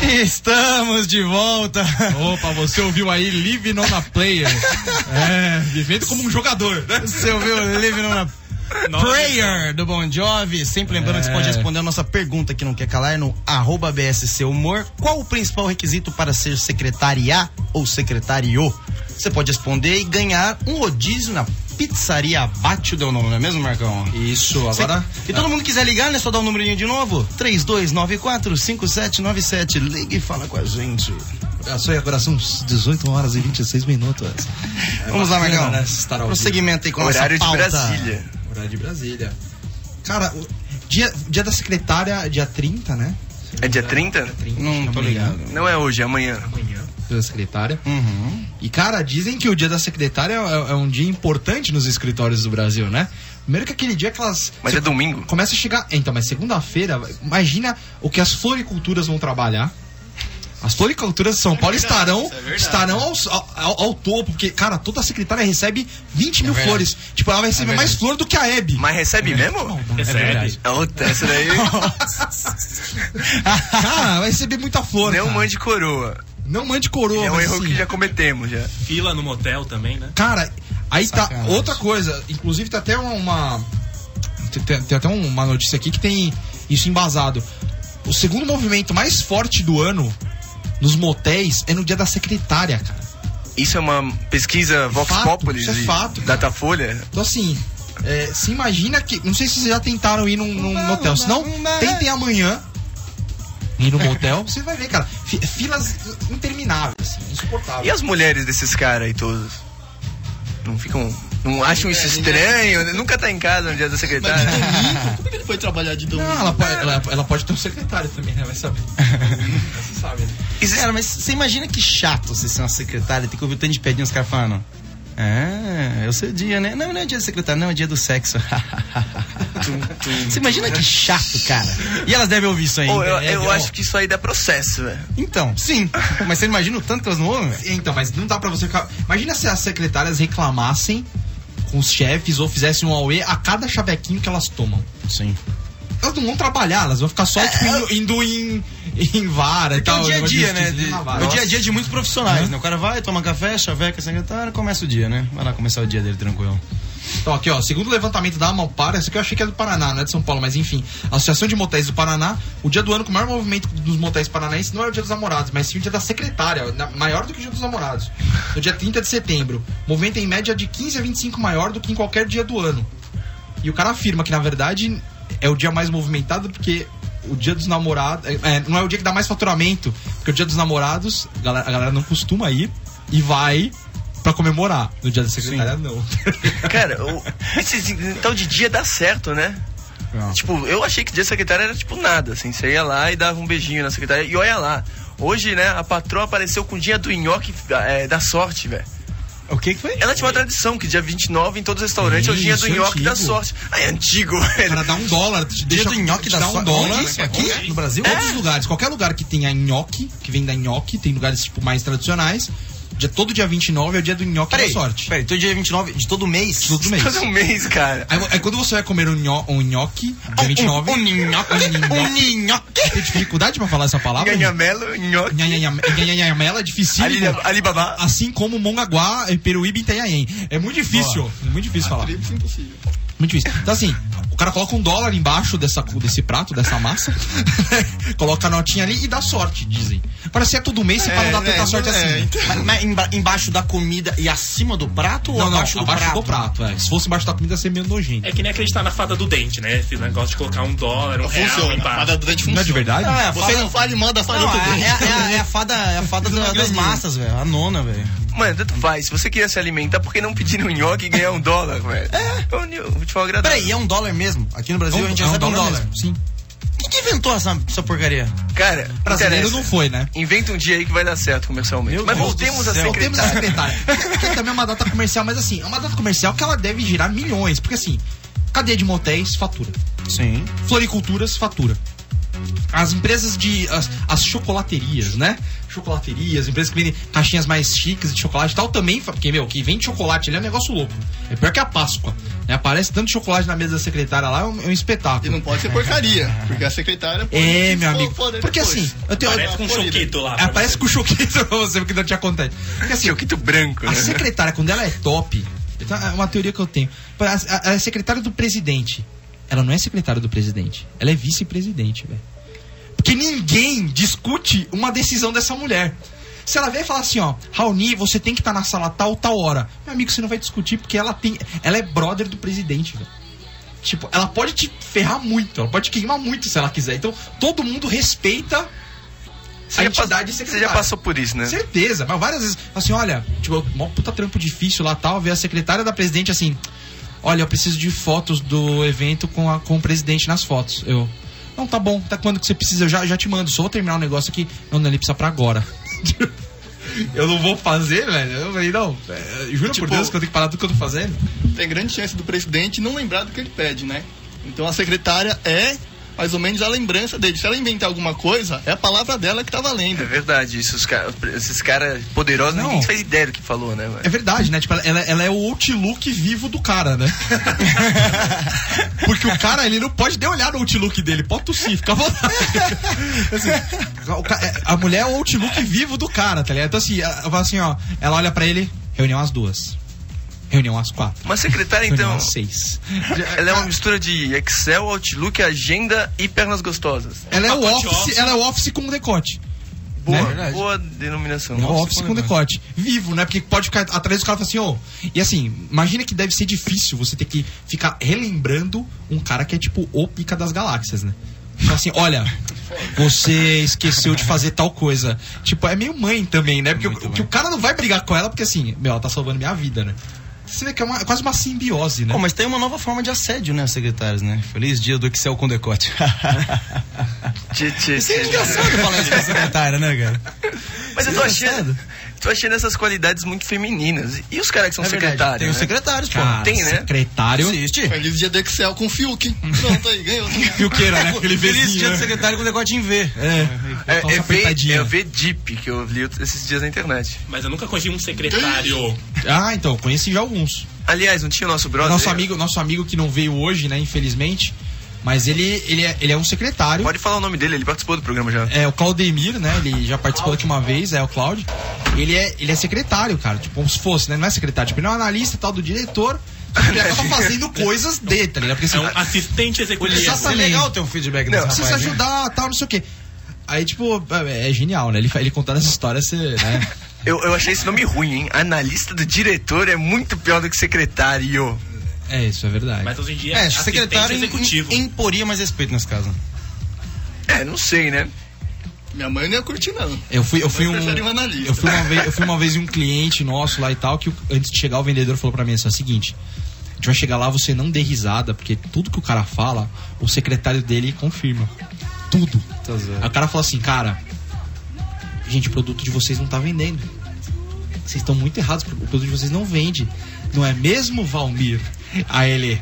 [SPEAKER 1] Estamos de volta.
[SPEAKER 2] <laughs> Opa, você ouviu aí Live Não na Player. <laughs> É, vivendo como um jogador, né?
[SPEAKER 1] Você ouviu Living on a Prayer do Bon Jovi. Sempre lembrando que você
[SPEAKER 2] É.
[SPEAKER 1] pode responder a nossa pergunta que não quer calar é no arroba BSC Humor. Qual o principal requisito para ser secretaria ou secretário? Você pode responder e ganhar um rodízio na pizzaria Abate, deu o nome, não é mesmo, Marcão?
[SPEAKER 2] Isso,
[SPEAKER 1] Você-
[SPEAKER 2] agora.
[SPEAKER 1] E todo mundo quiser ligar, né? Só dá o número de novo. 3294-5797. Ligue e fala com a gente.
[SPEAKER 2] Ah, só aí, agora são 18 horas e 26 minutos.
[SPEAKER 1] Vamos lá,
[SPEAKER 2] bacana,
[SPEAKER 1] Marcão.
[SPEAKER 2] né, estar ao
[SPEAKER 1] Prosseguimento aí com a nossa
[SPEAKER 3] Horário de
[SPEAKER 1] pauta.
[SPEAKER 3] Brasília.
[SPEAKER 2] Horário de Brasília. Cara, o- dia, dia da secretária, dia 30, né?
[SPEAKER 3] É dia 30?
[SPEAKER 2] 30
[SPEAKER 1] Não tô
[SPEAKER 2] amanhã,
[SPEAKER 1] ligado.
[SPEAKER 3] Não é hoje, é amanhã.
[SPEAKER 2] Dia da secretária.
[SPEAKER 1] Uhum.
[SPEAKER 2] E, cara, dizem que o dia da secretária é, é um dia importante nos escritórios do Brasil, né? Primeiro que aquele dia que elas.
[SPEAKER 3] Mas é domingo.
[SPEAKER 2] Começa a chegar. Então, mas segunda-feira, imagina o que as floriculturas vão trabalhar. As floriculturas de São Paulo estarão, estarão aos- ao, ao- ao topo, porque, cara, toda secretária recebe
[SPEAKER 3] É
[SPEAKER 2] 20 mil flores. Tipo, ela vai receber mais flor do que a Hebe.
[SPEAKER 3] Mas recebe
[SPEAKER 2] é
[SPEAKER 3] mesmo?
[SPEAKER 5] Recebe.
[SPEAKER 3] Ah, Outra, essa daí.
[SPEAKER 2] <laughs> Cara, vai receber muita flor.
[SPEAKER 3] Não
[SPEAKER 2] cara.
[SPEAKER 3] mande um coroa.
[SPEAKER 2] Não mande coroa,
[SPEAKER 3] É um
[SPEAKER 2] mas
[SPEAKER 3] erro
[SPEAKER 2] assim,
[SPEAKER 3] que já cometemos já.
[SPEAKER 5] Fila no motel também, né?
[SPEAKER 2] Cara, aí tá
[SPEAKER 1] Sacanagem.
[SPEAKER 2] outra coisa. Inclusive, tá até uma. tem- Tem, tem até uma notícia aqui que tem isso embasado. O segundo movimento mais forte do ano nos motéis é no dia da secretária, cara.
[SPEAKER 3] Isso é uma pesquisa Vox
[SPEAKER 2] Fato,
[SPEAKER 3] Populi
[SPEAKER 2] isso é
[SPEAKER 3] e
[SPEAKER 2] fato, cara.
[SPEAKER 3] Datafolha.
[SPEAKER 2] Então, assim, é, se imagina que. Não sei se vocês já tentaram ir num, num motel. Se não, tentem amanhã ir no <laughs> motel. Você vai ver, cara. Fi- Filas intermináveis, assim,
[SPEAKER 3] E
[SPEAKER 2] insuportáveis.
[SPEAKER 3] as mulheres desses caras aí todos? Não ficam. Não acham
[SPEAKER 2] É,
[SPEAKER 3] isso estranho? né? Nunca tá em casa no dia da
[SPEAKER 4] Mas de
[SPEAKER 3] secretária.
[SPEAKER 4] domingo, como é que ele foi trabalhar de domingo?
[SPEAKER 2] Não, Ah, ela pode, ela, ela pode ter um secretário também, né? Vai saber. Você sabe, né?
[SPEAKER 3] Existe-
[SPEAKER 1] Cara, mas você imagina que chato você ser uma secretária, tem que ouvir o tanto de pedinho os caras falando. Ah, é o seu dia, né? Não, não é dia do secretário, não, é dia do sexo. <laughs> você imagina que chato, cara. E elas devem ouvir isso aí.
[SPEAKER 3] Pô, eu,
[SPEAKER 1] né?
[SPEAKER 3] eu
[SPEAKER 1] Ó,
[SPEAKER 3] acho que isso aí dá processo, velho.
[SPEAKER 1] Então, sim. Mas você imagina o tanto que elas não ouvem? velho?
[SPEAKER 2] Então, mas não dá pra você ficar. Imagina se as secretárias reclamassem com os chefes ou fizessem um auê a cada chavequinho que elas tomam.
[SPEAKER 1] Sim.
[SPEAKER 2] Elas não vão trabalhar, elas vão ficar só tipo, indo, indo em, <laughs> em vara e
[SPEAKER 1] É
[SPEAKER 2] tal.
[SPEAKER 1] o dia a dia,
[SPEAKER 2] negócio de
[SPEAKER 1] né?
[SPEAKER 2] justiça,
[SPEAKER 1] De-
[SPEAKER 2] na
[SPEAKER 1] é
[SPEAKER 2] vara.
[SPEAKER 1] o dia a dia de muitos profissionais,
[SPEAKER 3] Uhum.
[SPEAKER 1] né? O cara vai, toma café, chaveca, secretária, começa o dia, né? Vai lá começar o dia dele tranquilo.
[SPEAKER 2] Então, aqui, ó, segundo o levantamento da Amapara, essa aqui eu achei que era do Paraná, não é de São Paulo, mas enfim, a Associação de Motéis do Paraná, o dia do ano com o maior movimento dos motéis paranaenses não é o dia dos namorados, mas sim o dia da secretária, na- maior do que o dia dos namorados. No dia 30 de setembro, movimento em média de 15 a 25 maior do que em qualquer dia do ano. E o cara afirma que, na verdade, é o dia mais movimentado porque o dia dos namorados. é, é, não é o dia que dá mais faturamento, porque o dia dos namorados, a galera, a galera não costuma ir e vai pra comemorar. No dia da secretária, não. <laughs>
[SPEAKER 3] Cara, o- esse tal de dia dá certo, né? Tipo, eu achei que dia da secretária era tipo nada, assim. Você ia lá e dava um beijinho na secretária e olha lá. Hoje, né, a patroa apareceu com o dia do nhoque é, da sorte, velho.
[SPEAKER 1] O que que foi?
[SPEAKER 3] Ela tinha uma tradição que dia 29 em todos os restaurantes é o
[SPEAKER 2] Ih,
[SPEAKER 3] dia do
[SPEAKER 2] isso é
[SPEAKER 3] nhoque da
[SPEAKER 2] antigo.
[SPEAKER 3] sorte. Ah, é antigo,
[SPEAKER 2] O cara
[SPEAKER 3] velho.
[SPEAKER 2] dá um dólar, te
[SPEAKER 1] Dia
[SPEAKER 2] deixa
[SPEAKER 1] do nhoque
[SPEAKER 2] te
[SPEAKER 1] da
[SPEAKER 2] dá
[SPEAKER 1] sua-
[SPEAKER 2] um dólar.
[SPEAKER 1] Isso,
[SPEAKER 2] aqui
[SPEAKER 5] aqui?
[SPEAKER 2] no Brasil? Outros lugares, qualquer lugar que tenha nhoque, que vem da nhoque, tem lugares tipo mais tradicionais. Dia, todo dia 29 é o dia do nhoque
[SPEAKER 1] Peraí,
[SPEAKER 2] da sorte.
[SPEAKER 1] peraí, todo dia é 29 de todo um mês?
[SPEAKER 2] Todo mês.
[SPEAKER 3] Todo um mês, cara.
[SPEAKER 2] Aí, aí quando você vai comer um, nho, um nhoque, dia 29.
[SPEAKER 1] Um, um ninhoque. <laughs> Um ninhoque.
[SPEAKER 2] Tem dificuldade pra falar essa palavra?
[SPEAKER 3] Nhanhamelo, nhoque.
[SPEAKER 2] Nhanhanham- Nhanhanhamela é difícil.
[SPEAKER 3] Ali- Alibaba.
[SPEAKER 2] Assim como Mongaguá, Peruíbe e Itanhaém. É muito difícil. É muito difícil falar.
[SPEAKER 4] Trips impossível.
[SPEAKER 2] Muito difícil. Então, assim, o cara coloca um dólar embaixo dessa, desse prato, dessa massa, <laughs> coloca a notinha ali e dá sorte, dizem. Agora, se é todo mês, você
[SPEAKER 4] É,
[SPEAKER 2] para não dar
[SPEAKER 4] né,
[SPEAKER 2] tanta sorte
[SPEAKER 4] não é,
[SPEAKER 2] assim.
[SPEAKER 4] então.
[SPEAKER 1] Mas, mas emba- embaixo da comida e acima do prato ou
[SPEAKER 2] Não, não,
[SPEAKER 1] abaixo,
[SPEAKER 2] abaixo,
[SPEAKER 1] do, prato?
[SPEAKER 2] do prato. é. Se fosse embaixo da comida, ia ser meio nojento.
[SPEAKER 5] É que nem acreditar na fada do dente, né? Esse negócio de colocar um dólar, um real
[SPEAKER 4] Funciona.
[SPEAKER 5] embaixo.
[SPEAKER 4] Fada durante
[SPEAKER 2] Não é de
[SPEAKER 4] funciona.
[SPEAKER 2] verdade?
[SPEAKER 1] Ah, é, a
[SPEAKER 4] Você
[SPEAKER 1] fada-
[SPEAKER 4] não fale, manda a fada
[SPEAKER 1] Não,
[SPEAKER 4] do
[SPEAKER 1] é,
[SPEAKER 4] bem.
[SPEAKER 1] é, é-
[SPEAKER 2] <laughs>
[SPEAKER 1] é a fada, é a fada da- das massas, velho. A nona, velho.
[SPEAKER 3] Mano, tanto faz. Se você queria se alimentar, por que não pedir um nhoque e ganhar um dólar, velho? É. O ni- o futebol agradável.
[SPEAKER 1] Peraí, é um dólar mesmo? Aqui no Brasil a gente
[SPEAKER 2] é
[SPEAKER 1] recebe um dólar.
[SPEAKER 2] mesmo, Sim.
[SPEAKER 1] Quem que inventou essa, essa porcaria?
[SPEAKER 3] Cara,
[SPEAKER 2] Brasileiro
[SPEAKER 3] interessa.
[SPEAKER 2] não foi, né?
[SPEAKER 3] Inventa um dia aí que vai dar certo comercialmente.
[SPEAKER 1] Meu
[SPEAKER 3] Mas
[SPEAKER 1] Deus
[SPEAKER 3] voltemos
[SPEAKER 1] do
[SPEAKER 3] a
[SPEAKER 1] céu.
[SPEAKER 2] Voltemos à
[SPEAKER 3] secretária.
[SPEAKER 2] secretária. que também é uma data comercial, mas assim, é uma data comercial que ela deve girar milhões. Porque assim, cadeia de motéis fatura.
[SPEAKER 1] Sim.
[SPEAKER 2] floriculturas fatura. As empresas de. As, as chocolaterias, né? Chocolaterias, empresas que vendem caixinhas mais chiques de chocolate e tal, também. fa- Porque, meu, quem vende chocolate ali é um negócio louco. É pior que a Páscoa. Né? Aparece tanto chocolate na mesa da secretária lá, é um, é um
[SPEAKER 4] E
[SPEAKER 2] espetáculo.
[SPEAKER 4] não pode ser porcaria, porque a secretária pode
[SPEAKER 2] É,
[SPEAKER 4] se
[SPEAKER 2] meu
[SPEAKER 4] for
[SPEAKER 2] amigo.
[SPEAKER 4] poder
[SPEAKER 2] Porque
[SPEAKER 4] depois.
[SPEAKER 2] assim, eu tenho.
[SPEAKER 5] Parece com um
[SPEAKER 4] Folha, né?
[SPEAKER 5] choquito lá. pra
[SPEAKER 2] Aparece
[SPEAKER 5] você.
[SPEAKER 2] com o choquito <laughs> pra você, porque não te acontece. Porque assim,
[SPEAKER 3] Choquito branco, né?
[SPEAKER 2] a secretária, quando ela é top, então, é uma teoria que eu tenho. Ela é a secretária do presidente. Ela não é secretária do presidente. Ela é vice-presidente, velho. Porque ninguém discute uma decisão dessa mulher. Se ela vier e falar assim, ó, Raoni, você tem que estar na sala tal, tal hora. Meu amigo, você não vai discutir porque ela tem. Ela é brother do presidente, velho. Tipo, ela pode te ferrar muito, ela pode te queimar muito se ela quiser. Então, todo mundo respeita
[SPEAKER 3] Você
[SPEAKER 2] a
[SPEAKER 3] já, passou,
[SPEAKER 2] entidade
[SPEAKER 3] você já
[SPEAKER 2] secretária.
[SPEAKER 3] passou por isso, né?
[SPEAKER 2] Certeza, mas várias vezes, assim, olha, tipo, mó puta trampo difícil lá tal, ver a secretária da presidente assim, olha, eu preciso de fotos do evento com, a- com o presidente nas fotos. Eu, não, tá bom, tá quando que você precisa? Eu já, já te mando, só vou terminar um negócio aqui. Não, não, ele precisa pra agora. <laughs> eu não vou fazer, velho. Eu falei, não, é, juro
[SPEAKER 4] Tipo,
[SPEAKER 2] por Deus que eu tenho que parar tudo que eu tô fazendo.
[SPEAKER 4] Tem grande chance do presidente não lembrar do que ele pede, né? Então a secretária é mais ou menos a lembrança dele. Se ela inventar alguma coisa, é a palavra dela que tá
[SPEAKER 3] É
[SPEAKER 4] valendo.
[SPEAKER 3] verdade, isso, os ca- esses caras poderosos,
[SPEAKER 2] Não.
[SPEAKER 3] ninguém faz ideia do que falou, né? mano?
[SPEAKER 2] É verdade, né? Tipo, ela- ela, ela é o Outlook vivo do cara, né? Porque o cara, ele não pode nem olhar no Outlook dele. Pode tossir, fica à vontade. Assim, o ca- é, a mulher é o Outlook vivo do cara, tá ligado? Então, assim, ela, ela fala assim, ó. Ela olha pra ele, reunião às duas. Reunião às quatro.
[SPEAKER 3] Uma secretária,
[SPEAKER 2] Reunião
[SPEAKER 3] então,
[SPEAKER 2] às seis.
[SPEAKER 3] ela é uma mistura de Excel, Outlook, agenda e pernas gostosas.
[SPEAKER 2] Ela é o
[SPEAKER 5] Pacote
[SPEAKER 2] office,
[SPEAKER 5] office.
[SPEAKER 2] ela é o office com decote.
[SPEAKER 3] Boa,
[SPEAKER 2] É verdade.
[SPEAKER 3] boa denominação.
[SPEAKER 2] É o office com decote. Vivo, né? Porque pode ficar atrás do cara e falar assim, ô. E assim, imagina que deve ser difícil você ter que ficar relembrando um cara que é tipo o pica das galáxias, né? Tipo assim, olha, você esqueceu de fazer tal coisa. Tipo, é meio mãe também, né? Porque o, que o cara não vai brigar com ela, porque assim, meu, ela tá salvando minha vida, né? Você vê que é uma- quase uma simbiose, né?
[SPEAKER 1] Bom, mas tem uma nova forma de assédio, né, secretários, né? Feliz dia do Excel com decote. <laughs>
[SPEAKER 3] Tchê, tchê,
[SPEAKER 1] Isso é
[SPEAKER 3] tchê.
[SPEAKER 1] engraçado falar
[SPEAKER 2] <laughs>
[SPEAKER 1] isso pra secretária, né, cara?
[SPEAKER 3] Mas eu tô achando,
[SPEAKER 1] Engraçado.
[SPEAKER 3] tô achando essas qualidades muito femininas. E os caras que são
[SPEAKER 1] É verdade,
[SPEAKER 3] secretários?
[SPEAKER 1] Tem os
[SPEAKER 3] né?
[SPEAKER 1] secretários, pô.
[SPEAKER 3] Cara, tem, né?
[SPEAKER 1] Secretário. Existe.
[SPEAKER 4] Feliz dia do Excel com o Fiuk. Pronto aí, ganhou.
[SPEAKER 1] <laughs>
[SPEAKER 2] Filqueira, né? Aquele
[SPEAKER 1] Feliz
[SPEAKER 2] vizinho,
[SPEAKER 1] dia do
[SPEAKER 2] né?
[SPEAKER 1] secretário com decote em V.
[SPEAKER 2] É,
[SPEAKER 3] É,
[SPEAKER 2] falta
[SPEAKER 3] é,
[SPEAKER 2] uma
[SPEAKER 3] v,
[SPEAKER 2] apertadinha.
[SPEAKER 3] é V Deep que eu li esses dias na internet.
[SPEAKER 5] Mas eu nunca conheci um secretário.
[SPEAKER 2] Ah, então, conheci já alguns.
[SPEAKER 3] Aliás, não tinha o nosso brother?
[SPEAKER 2] Nosso amigo, nosso amigo que não veio hoje, né, infelizmente. Mas ele, ele, é, ele é um secretário.
[SPEAKER 3] Pode falar o nome dele, ele participou do programa já.
[SPEAKER 2] É o Claudemir, né? Ele já participou da última vez, é o Claudio. Ele é, ele é secretário, cara. Tipo, como se fosse, né? Não é secretário. Tipo, ele é um analista e tal do
[SPEAKER 1] <laughs>
[SPEAKER 2] diretor. Ele acaba fazendo coisas dele, tá ligado? Porque assim,
[SPEAKER 5] É um assistente executivo.
[SPEAKER 2] Exatamente.
[SPEAKER 1] É legal ter um feedback
[SPEAKER 2] Não,
[SPEAKER 1] desse
[SPEAKER 2] precisa
[SPEAKER 1] rapaz, né?
[SPEAKER 2] ajudar, tal, não sei o quê. Aí, tipo, é, é genial, né? Ele, fa- ele contando essa história, você,
[SPEAKER 1] <laughs>
[SPEAKER 2] né?
[SPEAKER 3] Eu, eu achei esse nome ruim, hein? Analista do diretor é muito pior do que secretário.
[SPEAKER 2] É isso, é verdade.
[SPEAKER 5] Mas hoje em dia
[SPEAKER 1] É,
[SPEAKER 5] assistente
[SPEAKER 1] secretário im-
[SPEAKER 5] executivo.
[SPEAKER 1] im- imporia mais respeito nesse caso.
[SPEAKER 3] É, não sei, né?
[SPEAKER 4] Minha mãe não ia curtir, não.
[SPEAKER 2] Eu fui, eu fui um.
[SPEAKER 4] Eu prefiro um analista.
[SPEAKER 2] Eu fui, uma vez, eu fui uma vez em um cliente nosso lá e tal, que o- antes de chegar o vendedor falou pra mim assim, "É o seguinte, a gente vai chegar lá, você não dê risada, porque tudo que o cara fala, o secretário dele confirma. Tudo. Aí o cara falou assim, cara, gente, o produto de vocês não tá vendendo. Vocês estão muito errados, o produto de vocês não vende. Não é mesmo, Valmir? Aí ele.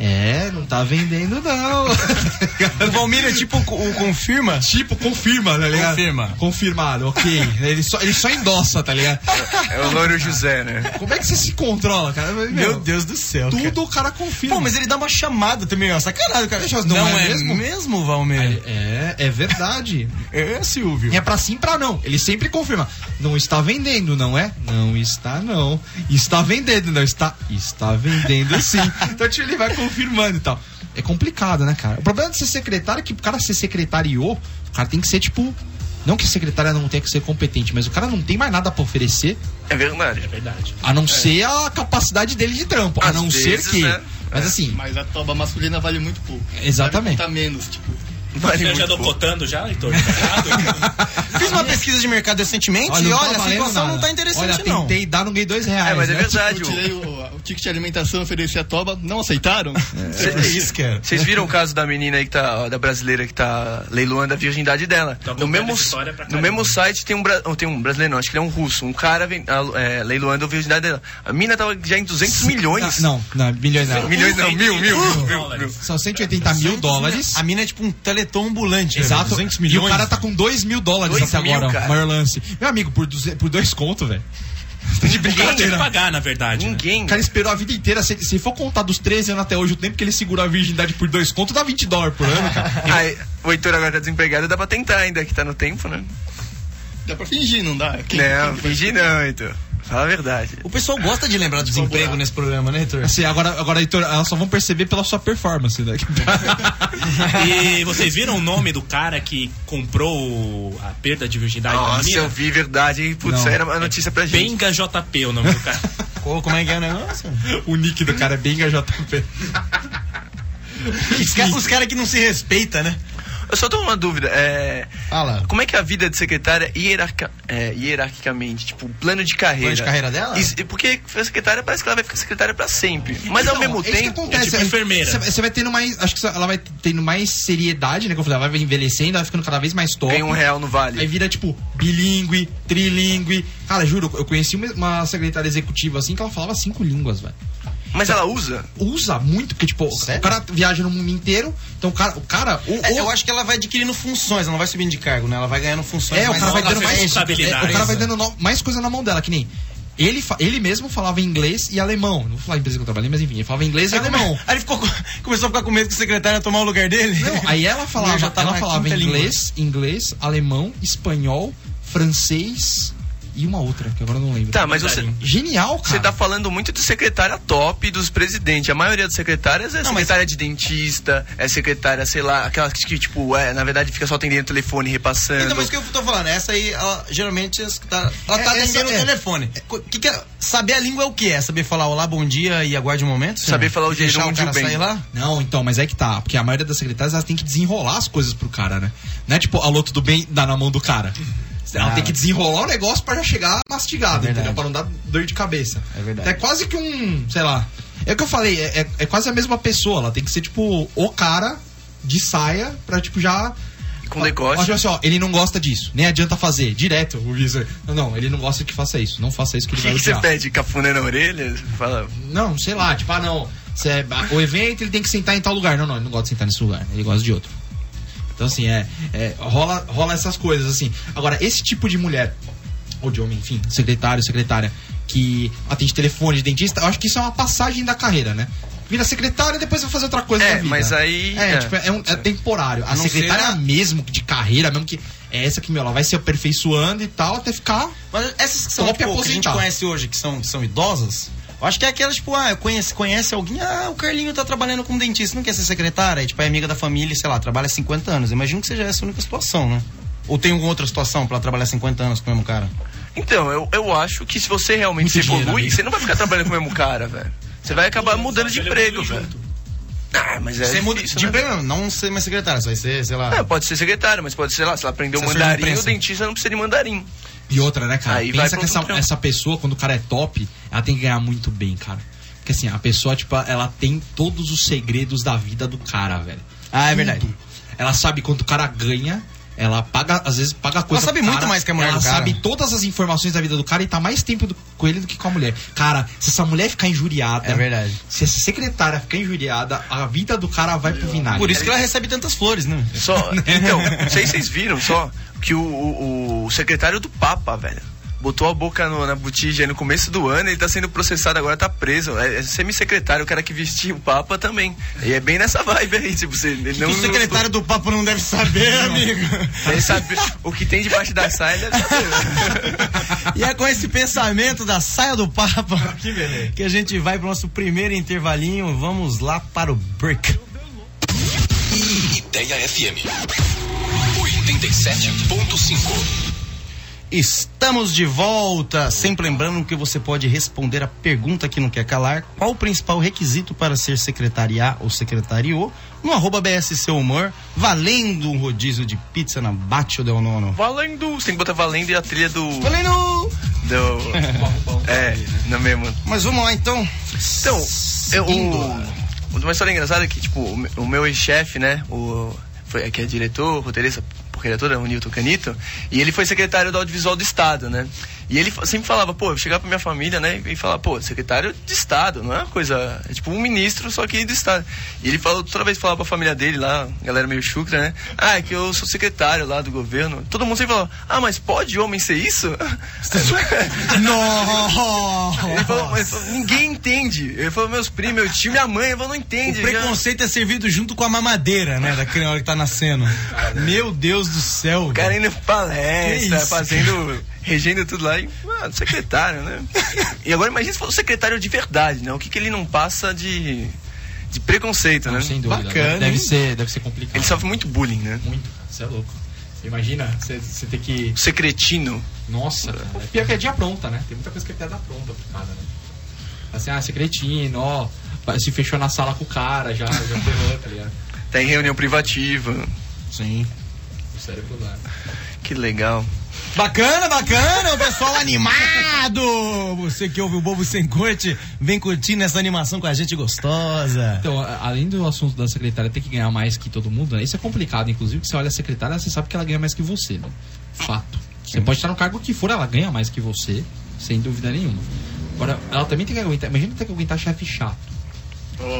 [SPEAKER 2] É, não tá vendendo, não.
[SPEAKER 1] O
[SPEAKER 2] <laughs>
[SPEAKER 1] Valmir é tipo o co- o confirma.
[SPEAKER 2] tipo, confirma, né? ligado?
[SPEAKER 1] Confirma.
[SPEAKER 2] Confirmado, ok. Ele só, ele só endossa, tá ligado?
[SPEAKER 3] É o Louro José, né?
[SPEAKER 2] Como é que você se controla, cara? Meu,
[SPEAKER 1] Meu Deus do céu. cara.
[SPEAKER 2] tudo o cara confirma.
[SPEAKER 1] Pô, mas ele dá uma chamada também, ó. Sacanagem, cara.
[SPEAKER 2] Não é mesmo?
[SPEAKER 1] Valmir?
[SPEAKER 2] É, é verdade.
[SPEAKER 1] É, Silvio.
[SPEAKER 2] E é pra sim, pra não. Ele sempre confirma. Não está vendendo, não é? Não está, não. Está vendendo, não está? Está vendendo
[SPEAKER 1] <laughs>
[SPEAKER 2] sim. então tipo, ele vai confirmando e tal. É complicado, né, cara? O problema de ser secretário é que o cara ser secretariou, o cara tem que ser, tipo... Não que secretária não tenha que ser competente, mas o cara não tem mais nada pra oferecer
[SPEAKER 3] É verdade.
[SPEAKER 5] Verdade.
[SPEAKER 2] a não ser a capacidade dele de trampo. a
[SPEAKER 3] Às
[SPEAKER 2] não
[SPEAKER 3] vezes,
[SPEAKER 2] ser que.
[SPEAKER 3] né?
[SPEAKER 2] Mas assim,
[SPEAKER 4] Mas a toba masculina vale muito pouco.
[SPEAKER 2] Exatamente.
[SPEAKER 4] Tá menos, tipo.
[SPEAKER 3] Vale
[SPEAKER 5] eu já
[SPEAKER 3] muito
[SPEAKER 5] dou
[SPEAKER 3] pouco.
[SPEAKER 5] cotando já, <laughs> Heitor? Mercado?
[SPEAKER 1] Fiz
[SPEAKER 2] <laughs>
[SPEAKER 1] uma pesquisa de mercado recentemente e
[SPEAKER 2] não tá
[SPEAKER 1] olha, a
[SPEAKER 2] valendo
[SPEAKER 1] situação
[SPEAKER 2] nada.
[SPEAKER 1] não tá interessante,
[SPEAKER 2] olha,
[SPEAKER 1] não.
[SPEAKER 2] tentei dar, não ganhei dois reais.
[SPEAKER 3] É, mas é
[SPEAKER 2] né?
[SPEAKER 3] verdade.
[SPEAKER 4] Eu
[SPEAKER 3] o-
[SPEAKER 4] tirei o, o ticket de alimentação, ofereci a toba, não aceitaram?
[SPEAKER 1] É isso, cara.
[SPEAKER 3] Vocês viram o caso da menina aí que tá, ó, da brasileira que tá leiloando a virgindade dela?
[SPEAKER 5] Tá
[SPEAKER 3] no
[SPEAKER 5] contando
[SPEAKER 3] mesmo,
[SPEAKER 5] essa história pra
[SPEAKER 3] no
[SPEAKER 5] caramba.
[SPEAKER 3] mesmo site tem um, bra- oh, tem um brasileiro, não, acho que ele é um russo. Um cara vem, a- é, leiloando a virgindade dela. A mina tava já em 200 milhões.
[SPEAKER 2] Tipo, Não, não, milhões não.
[SPEAKER 3] Milhões não, mil, mil, mil, mil,
[SPEAKER 5] um dólares.
[SPEAKER 2] São 180 mil dólares.
[SPEAKER 1] A mina é tipo um teleton ambulante. né,
[SPEAKER 2] Exato.
[SPEAKER 1] velho? 200
[SPEAKER 2] E o
[SPEAKER 1] milhões.
[SPEAKER 2] cara tá com 2 mil dólares
[SPEAKER 3] Dois
[SPEAKER 2] até
[SPEAKER 3] mil,
[SPEAKER 2] agora,
[SPEAKER 3] cara.
[SPEAKER 2] o maior lance. Meu amigo, por, duze... por dois conto, velho. Tá de
[SPEAKER 5] Ninguém tinha Tipo, que
[SPEAKER 2] brincadeira.
[SPEAKER 5] pagar, na verdade. né?
[SPEAKER 3] Ninguém.
[SPEAKER 2] O cara esperou a vida inteira. Se, se for contar dos 13 anos até hoje, o tempo que ele segurou a virgindade por dois conto, dá 20 dólares por
[SPEAKER 3] <laughs>
[SPEAKER 2] ano, cara.
[SPEAKER 3] Aí, o Heitor agora tá desempregado, dá pra tentar ainda, que tá no tempo, né?
[SPEAKER 4] Dá pra fingir, não dá? É Quem-
[SPEAKER 3] Não,
[SPEAKER 4] quem-
[SPEAKER 3] fingir não, Heitor. Fala a verdade.
[SPEAKER 1] O pessoal gosta de lembrar do desemprego nesse programa, né, Heitor?
[SPEAKER 2] Assim, agora, agora, Heitor, elas só vão perceber pela sua performance, né? <laughs>
[SPEAKER 5] E vocês viram o nome do cara que comprou o- a perda de virgindade da
[SPEAKER 3] Nossa, eu
[SPEAKER 5] menina?
[SPEAKER 3] vi verdade. Putz,
[SPEAKER 2] Não.
[SPEAKER 3] era uma notícia pra gente.
[SPEAKER 5] Benga JP o nome do cara. <laughs>
[SPEAKER 1] Pô, como é que é o negócio?
[SPEAKER 2] o nick do cara é bem JP.
[SPEAKER 1] Os caras cara que não se respeita, né?
[SPEAKER 3] Eu só tenho uma dúvida. É,
[SPEAKER 1] Fala.
[SPEAKER 3] como é que é a vida de secretária hierarca, é, hierarquicamente? Tipo, o plano de carreira.
[SPEAKER 1] Plano de carreira dela?
[SPEAKER 3] Isso, e porque a secretária parece que ela vai ficar secretária pra sempre. Mas ao mesmo
[SPEAKER 2] é isso que
[SPEAKER 3] tempo.
[SPEAKER 2] acontece.
[SPEAKER 5] é tipo enfermeira.
[SPEAKER 2] Você- Você vai tendo mais. Acho que ela vai tendo mais seriedade, né? Como eu falei, ela vai envelhecendo, ela vai ficando cada vez mais top.
[SPEAKER 3] Ganha um real no
[SPEAKER 2] Aí
[SPEAKER 3] vale.
[SPEAKER 2] vira, tipo, bilíngue, trilingue. Cara, juro, eu conheci uma, uma secretária executiva assim que ela falava cinco línguas, velho.
[SPEAKER 3] Mas ela usa?
[SPEAKER 2] Usa muito, porque, tipo,
[SPEAKER 1] Sério?
[SPEAKER 2] o cara viaja no mundo inteiro. Então, o cara. O cara o,
[SPEAKER 1] É,
[SPEAKER 2] o-
[SPEAKER 1] eu acho que ela vai adquirindo funções, ela não vai subindo de cargo, né? Ela vai ganhando funções.
[SPEAKER 2] É, o
[SPEAKER 1] mas
[SPEAKER 2] cara vai
[SPEAKER 1] ela
[SPEAKER 2] dando mais
[SPEAKER 5] estabilidade.
[SPEAKER 2] é, o cara vai dando no- mais coisa na mão dela, que nem. Ele, fa- ele mesmo falava inglês e alemão. Não vou falar a empresa que eu trabalhei, mas enfim, ele falava inglês e alemão.
[SPEAKER 1] Aí ele ficou, com- começou a ficar com medo que o secretário ia tomar o lugar dele.
[SPEAKER 2] Não, aí ela falava,
[SPEAKER 1] Eu já tava
[SPEAKER 2] ela
[SPEAKER 1] na
[SPEAKER 2] falava
[SPEAKER 1] quinta língua.
[SPEAKER 2] inglês, inglês, alemão, espanhol, francês e uma outra, que agora eu não lembro.
[SPEAKER 3] Tá, mas você.
[SPEAKER 2] Genial, cara.
[SPEAKER 3] Você tá falando muito de secretária top dos presidentes. A maioria dos secretárias é secretária de dentista, é secretária, sei lá, aquelas que, tipo, é, na verdade fica só atendendo o telefone, repassando.
[SPEAKER 1] <laughs> Então, mas o que eu tô falando, essa aí, ela, geralmente, ela tá, ela tá
[SPEAKER 2] É, essa
[SPEAKER 1] atendendo o
[SPEAKER 2] é.
[SPEAKER 1] telefone. Co- que que é- saber a língua é o quê? É saber falar olá, bom dia e aguarde um momento?
[SPEAKER 3] Saber falar o
[SPEAKER 1] E
[SPEAKER 3] gênero
[SPEAKER 1] deixar o
[SPEAKER 2] um
[SPEAKER 3] onde o
[SPEAKER 1] cara
[SPEAKER 3] bem.
[SPEAKER 1] sair lá?
[SPEAKER 2] Não, então, mas é que tá. Porque a maioria das secretárias, elas têm que desenrolar as coisas pro cara, né? Não é tipo, alô, tudo bem, dá na mão do cara. Ela
[SPEAKER 1] Ah.
[SPEAKER 2] tem que desenrolar o negócio pra já chegar mastigado,
[SPEAKER 1] É
[SPEAKER 2] entendeu?
[SPEAKER 1] verdade.
[SPEAKER 2] Pra não dar dor de cabeça.
[SPEAKER 1] É verdade.
[SPEAKER 2] É quase que um, sei lá. É o que eu falei, é, é- é quase a mesma pessoa. Ela tem que ser, tipo, o cara de saia pra, tipo, já.
[SPEAKER 3] Com decote.
[SPEAKER 2] Ó, tipo assim, ó, ele não gosta disso. Nem adianta fazer. Direto, o Vitor. Não, não, ele não gosta que faça isso. Não faça isso que
[SPEAKER 3] <laughs> O
[SPEAKER 2] ele
[SPEAKER 3] que,
[SPEAKER 2] vai
[SPEAKER 3] que você
[SPEAKER 2] odiar.
[SPEAKER 3] pede? Cafuné na orelha? Você Fala.
[SPEAKER 2] Não, sei lá, tipo, ah, não. se é- o evento ele tem que sentar em tal lugar. Não, não, ele não gosta de sentar nesse lugar, ele gosta de outro. Então, assim, é. é, rola, rola essas coisas, assim. Agora, esse tipo de mulher, ou de homem, enfim, secretário, secretária, que atende telefone de dentista, eu acho que isso é uma passagem da carreira, né? Vira secretária e depois vai fazer outra coisa
[SPEAKER 3] É,
[SPEAKER 2] na vida.
[SPEAKER 3] mas aí-
[SPEAKER 2] É,
[SPEAKER 3] é.
[SPEAKER 2] tipo, é, um- é temporário. A,
[SPEAKER 1] A não
[SPEAKER 2] secretária
[SPEAKER 1] ser a-
[SPEAKER 2] mesmo, de carreira, mesmo que. É essa que, meu, ela vai se aperfeiçoando e tal, até ficar.
[SPEAKER 1] Mas essas que são
[SPEAKER 2] Top
[SPEAKER 1] tipo, que a gente
[SPEAKER 2] aposentar.
[SPEAKER 1] conhece hoje, que são, que são idosas, eu acho que é aquelas, tipo, ah, conhece, conhece alguém, ah, o Carlinho tá trabalhando como dentista, não quer ser secretária, e, tipo, é amiga da família, e, sei lá, trabalha há 50 anos. Imagino que seja essa a única situação, né? Ou tem alguma outra situação pra ela trabalhar 50 anos com o mesmo cara?
[SPEAKER 3] Então, eu, eu acho que se você realmente
[SPEAKER 2] Muito
[SPEAKER 3] se evolui,
[SPEAKER 2] dinheiro, amigo.
[SPEAKER 3] você não vai ficar trabalhando com o mesmo cara, velho. Você vai acabar mudando de
[SPEAKER 5] Ele
[SPEAKER 3] emprego,
[SPEAKER 5] evolui
[SPEAKER 3] velho.
[SPEAKER 5] junto.
[SPEAKER 3] Ah, mas é.
[SPEAKER 1] você muda
[SPEAKER 3] difícil,
[SPEAKER 1] de
[SPEAKER 3] né?
[SPEAKER 1] emprego, não ser mais secretária, só vai ser, sei lá.
[SPEAKER 3] É, pode ser secretário, mas pode ser lá, se ela aprendeu
[SPEAKER 1] Você é
[SPEAKER 3] mandarim,
[SPEAKER 1] imprensa.
[SPEAKER 3] o dentista não precisa de mandarim.
[SPEAKER 2] E outra, né, cara?
[SPEAKER 3] Aí vai
[SPEAKER 2] Pensa
[SPEAKER 3] pra
[SPEAKER 2] que essa,
[SPEAKER 3] outro campo.
[SPEAKER 2] essa pessoa, quando o cara é top, ela tem que ganhar muito bem, cara. Porque assim, a pessoa, tipo, ela tem todos os segredos da vida do cara, velho.
[SPEAKER 1] Ah, é verdade.
[SPEAKER 2] Tudo. Ela sabe quanto o cara ganha, ela paga, às vezes paga coisa.
[SPEAKER 1] sabe
[SPEAKER 2] pro cara,
[SPEAKER 1] muito mais que a mulher
[SPEAKER 2] Ela
[SPEAKER 1] do cara.
[SPEAKER 2] sabe todas as informações da vida do cara e tá mais tempo do- com ele do que com a mulher. Cara, se essa mulher ficar injuriada.
[SPEAKER 1] É verdade.
[SPEAKER 2] Se essa secretária ficar injuriada, a vida do cara vai pro vinagre.
[SPEAKER 1] É. Por isso que ela recebe tantas flores, <laughs> né?
[SPEAKER 3] Só, então, não sei se vocês viram só que o, o- o secretário do Papa, velho, botou a boca no- na botija no começo do ano, ele tá sendo processado agora, tá preso. É, é semi-secretário, o cara que vestia o Papa também. E é bem nessa vibe aí, tipo, você, ele não.
[SPEAKER 1] o secretário tá do papo não deve saber, amigo.
[SPEAKER 3] <laughs> Ele sabe o que tem debaixo da saia, ele deve saber. né?
[SPEAKER 1] E é com esse pensamento da saia do Papa que, a gente vai pro nosso primeiro intervalinho. Vamos lá para o break.
[SPEAKER 7] Ideia FM 87.5.
[SPEAKER 1] Estamos de volta. Sempre lembrando que você pode responder a pergunta que não quer calar: qual o principal requisito para ser secretária A ou secretariô? No arroba BSC Humor, valendo um rodízio de pizza na Bátio Del Nono.
[SPEAKER 3] Valendo! Você tem que botar valendo e a trilha do.
[SPEAKER 1] <laughs> Valendo!
[SPEAKER 3] do é, não mesmo.
[SPEAKER 1] Mas vamos lá então.
[SPEAKER 3] Então, eu,
[SPEAKER 1] Seguindo.
[SPEAKER 3] o- uma história engraçada é que, tipo, o me- o meu ex-chefe, né, o, foi, que é diretor, roteirista, porcaria toda, o Nilton Canito, e ele foi secretário do Audiovisual do Estado, né? E ele fa- sempre falava, pô, eu chegava pra minha família, né, e falava, pô, secretário de Estado, não é uma coisa, é tipo um ministro, só que do Estado. E ele falou, toda vez que falava pra família dele lá, galera meio chucra, né, ah, é que eu sou secretário lá do governo, todo mundo sempre falava, ah, mas pode homem ser isso? Ele falou, mas ninguém entende. Ele falou, meus primos, meu tio, minha mãe, eu falou,
[SPEAKER 1] O
[SPEAKER 3] não entende. já-
[SPEAKER 1] preconceito é servido junto com a mamadeira, né? Da criança que tá nascendo. Meu Deus do céu.
[SPEAKER 3] O cara indo pra palestra,
[SPEAKER 1] Que isso?
[SPEAKER 3] fazendo, regendo tudo lá e, mano, secretário, né? E agora imagina se fosse um secretário de verdade, né? O que, que ele não passa de, de preconceito, né?
[SPEAKER 2] Sem dúvida.
[SPEAKER 1] Bacana,
[SPEAKER 2] deve,
[SPEAKER 1] hein?
[SPEAKER 2] ser, deve ser complicado.
[SPEAKER 3] Ele sofre muito bullying, né?
[SPEAKER 2] Muito, cara. Você é louco. Você imagina, você- você tem que.
[SPEAKER 3] O secretino.
[SPEAKER 2] Nossa, cara. Pior que é dia pronta, né? Tem muita coisa que é piada pronta pro cara, né? Assim, ah, secretino, ó. Se fechou na sala com o cara, já, já ferrou, tá ligado?
[SPEAKER 3] Tá em reunião privativa.
[SPEAKER 1] Sim.
[SPEAKER 2] O cérebro lá.
[SPEAKER 3] Que legal.
[SPEAKER 1] Bacana, bacana, o pessoal animado! Você que ouve o Bobo Sem Corte, vem curtindo essa animação com a gente gostosa.
[SPEAKER 2] <laughs> Então, a- além do assunto da secretária ter que ganhar mais que todo mundo, né? Isso é complicado, inclusive, porque você olha a secretária, você sabe que ela ganha mais que você, né? Fato. Você pode estar no cargo que for, ela ganha mais que você, sem dúvida nenhuma. Agora, ela também tem que aguentar. Imagina ter que aguentar chefe chato.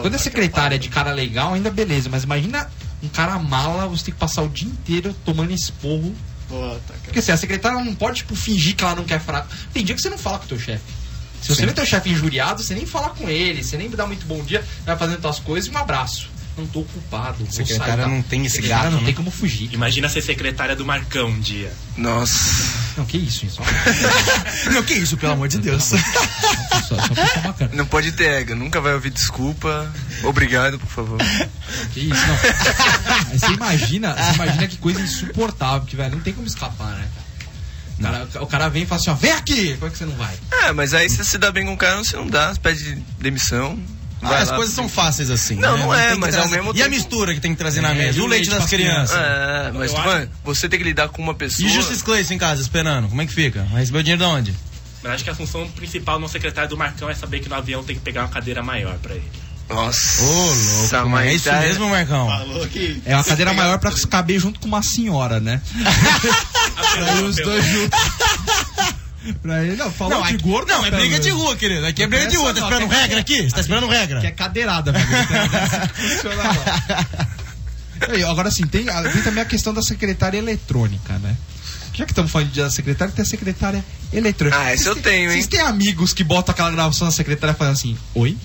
[SPEAKER 2] Quando é secretária de cara legal, ainda beleza, mas imagina um cara mala, você tem que passar o dia inteiro tomando esporro.
[SPEAKER 4] Puta, cara.
[SPEAKER 2] Porque assim, a secretária ela não pode, tipo, fingir que ela não quer falar. Tem dia que você não fala com o teu chefe. Se você vê teu chefe injuriado, você nem fala com ele, você nem dá muito bom dia, vai fazendo tuas coisas e um abraço. Não tô ocupado. vou
[SPEAKER 1] Secretária
[SPEAKER 2] sair, tá?
[SPEAKER 1] não tem esse
[SPEAKER 2] Secretária
[SPEAKER 1] gato,
[SPEAKER 2] não
[SPEAKER 1] né?
[SPEAKER 2] tem como fugir.
[SPEAKER 5] Imagina ser secretária do Marcão um dia.
[SPEAKER 3] Nossa.
[SPEAKER 2] Não, que isso, hein? Só,
[SPEAKER 1] Não, que isso, pelo amor de Deus.
[SPEAKER 2] só, só pessoa bacana.
[SPEAKER 3] Não pode ter ego, nunca vai ouvir desculpa. Obrigado, por favor.
[SPEAKER 2] Que isso, não. Aí Você imagina, você imagina que coisa insuportável, que, velho, não tem como escapar, né, cara? O cara, o cara vem e
[SPEAKER 3] Ah,
[SPEAKER 2] fala assim, ó, vem aqui! Como é que você não vai?
[SPEAKER 3] É, mas aí se você se dá bem com o cara, você não dá, você pede demissão.
[SPEAKER 1] Ah,
[SPEAKER 3] Vai
[SPEAKER 1] as
[SPEAKER 3] lá,
[SPEAKER 1] coisas são fáceis assim.
[SPEAKER 3] Não, não é,
[SPEAKER 1] Tem que
[SPEAKER 3] mas ao
[SPEAKER 1] trazer-
[SPEAKER 3] mesmo
[SPEAKER 1] E a
[SPEAKER 3] tempo-
[SPEAKER 1] mistura que tem que trazer na
[SPEAKER 2] e
[SPEAKER 1] mesa?
[SPEAKER 2] o
[SPEAKER 1] O leite
[SPEAKER 2] leite
[SPEAKER 1] das
[SPEAKER 2] pras
[SPEAKER 1] crianças.
[SPEAKER 3] É, mas,
[SPEAKER 5] Eu
[SPEAKER 3] mano, você tem que lidar com uma
[SPEAKER 1] assim. E
[SPEAKER 3] pessoa.
[SPEAKER 1] o Justice Clayson em casa esperando? Como é que fica? Vai receber o dinheiro de onde?
[SPEAKER 5] Mas acho que a função principal no secretário do Marcão é saber que no avião tem que pegar uma cadeira maior pra ele.
[SPEAKER 3] Nossa,
[SPEAKER 1] mano,
[SPEAKER 3] mas
[SPEAKER 1] é isso
[SPEAKER 3] tá-
[SPEAKER 1] mesmo, Marcão?
[SPEAKER 4] Falou que.
[SPEAKER 2] É uma cadeira maior pra caber junto com uma senhora, né? pra ir os dois juntos. Pra ele, não, falou de
[SPEAKER 1] aqui-
[SPEAKER 2] gordo.
[SPEAKER 1] não, é
[SPEAKER 2] cara,
[SPEAKER 1] briga de
[SPEAKER 2] velho.
[SPEAKER 1] rua, querido. Aqui é briga de
[SPEAKER 2] Essa
[SPEAKER 1] rua. Tá
[SPEAKER 2] não,
[SPEAKER 1] esperando
[SPEAKER 2] tem-
[SPEAKER 1] regra aqui? Você tá esperando regra?
[SPEAKER 2] Que é cadeirada, velho. <laughs> Aí, agora sim, tem, a- tem também a questão da secretária eletrônica, né? Já que estamos falando de da secretária, tem a secretária eletrônica.
[SPEAKER 3] Ah, essa eu
[SPEAKER 2] Vocês
[SPEAKER 3] tenho,
[SPEAKER 2] têm-
[SPEAKER 3] hein?
[SPEAKER 2] Vocês têm amigos que botam aquela gravação na secretária falando assim: Oi?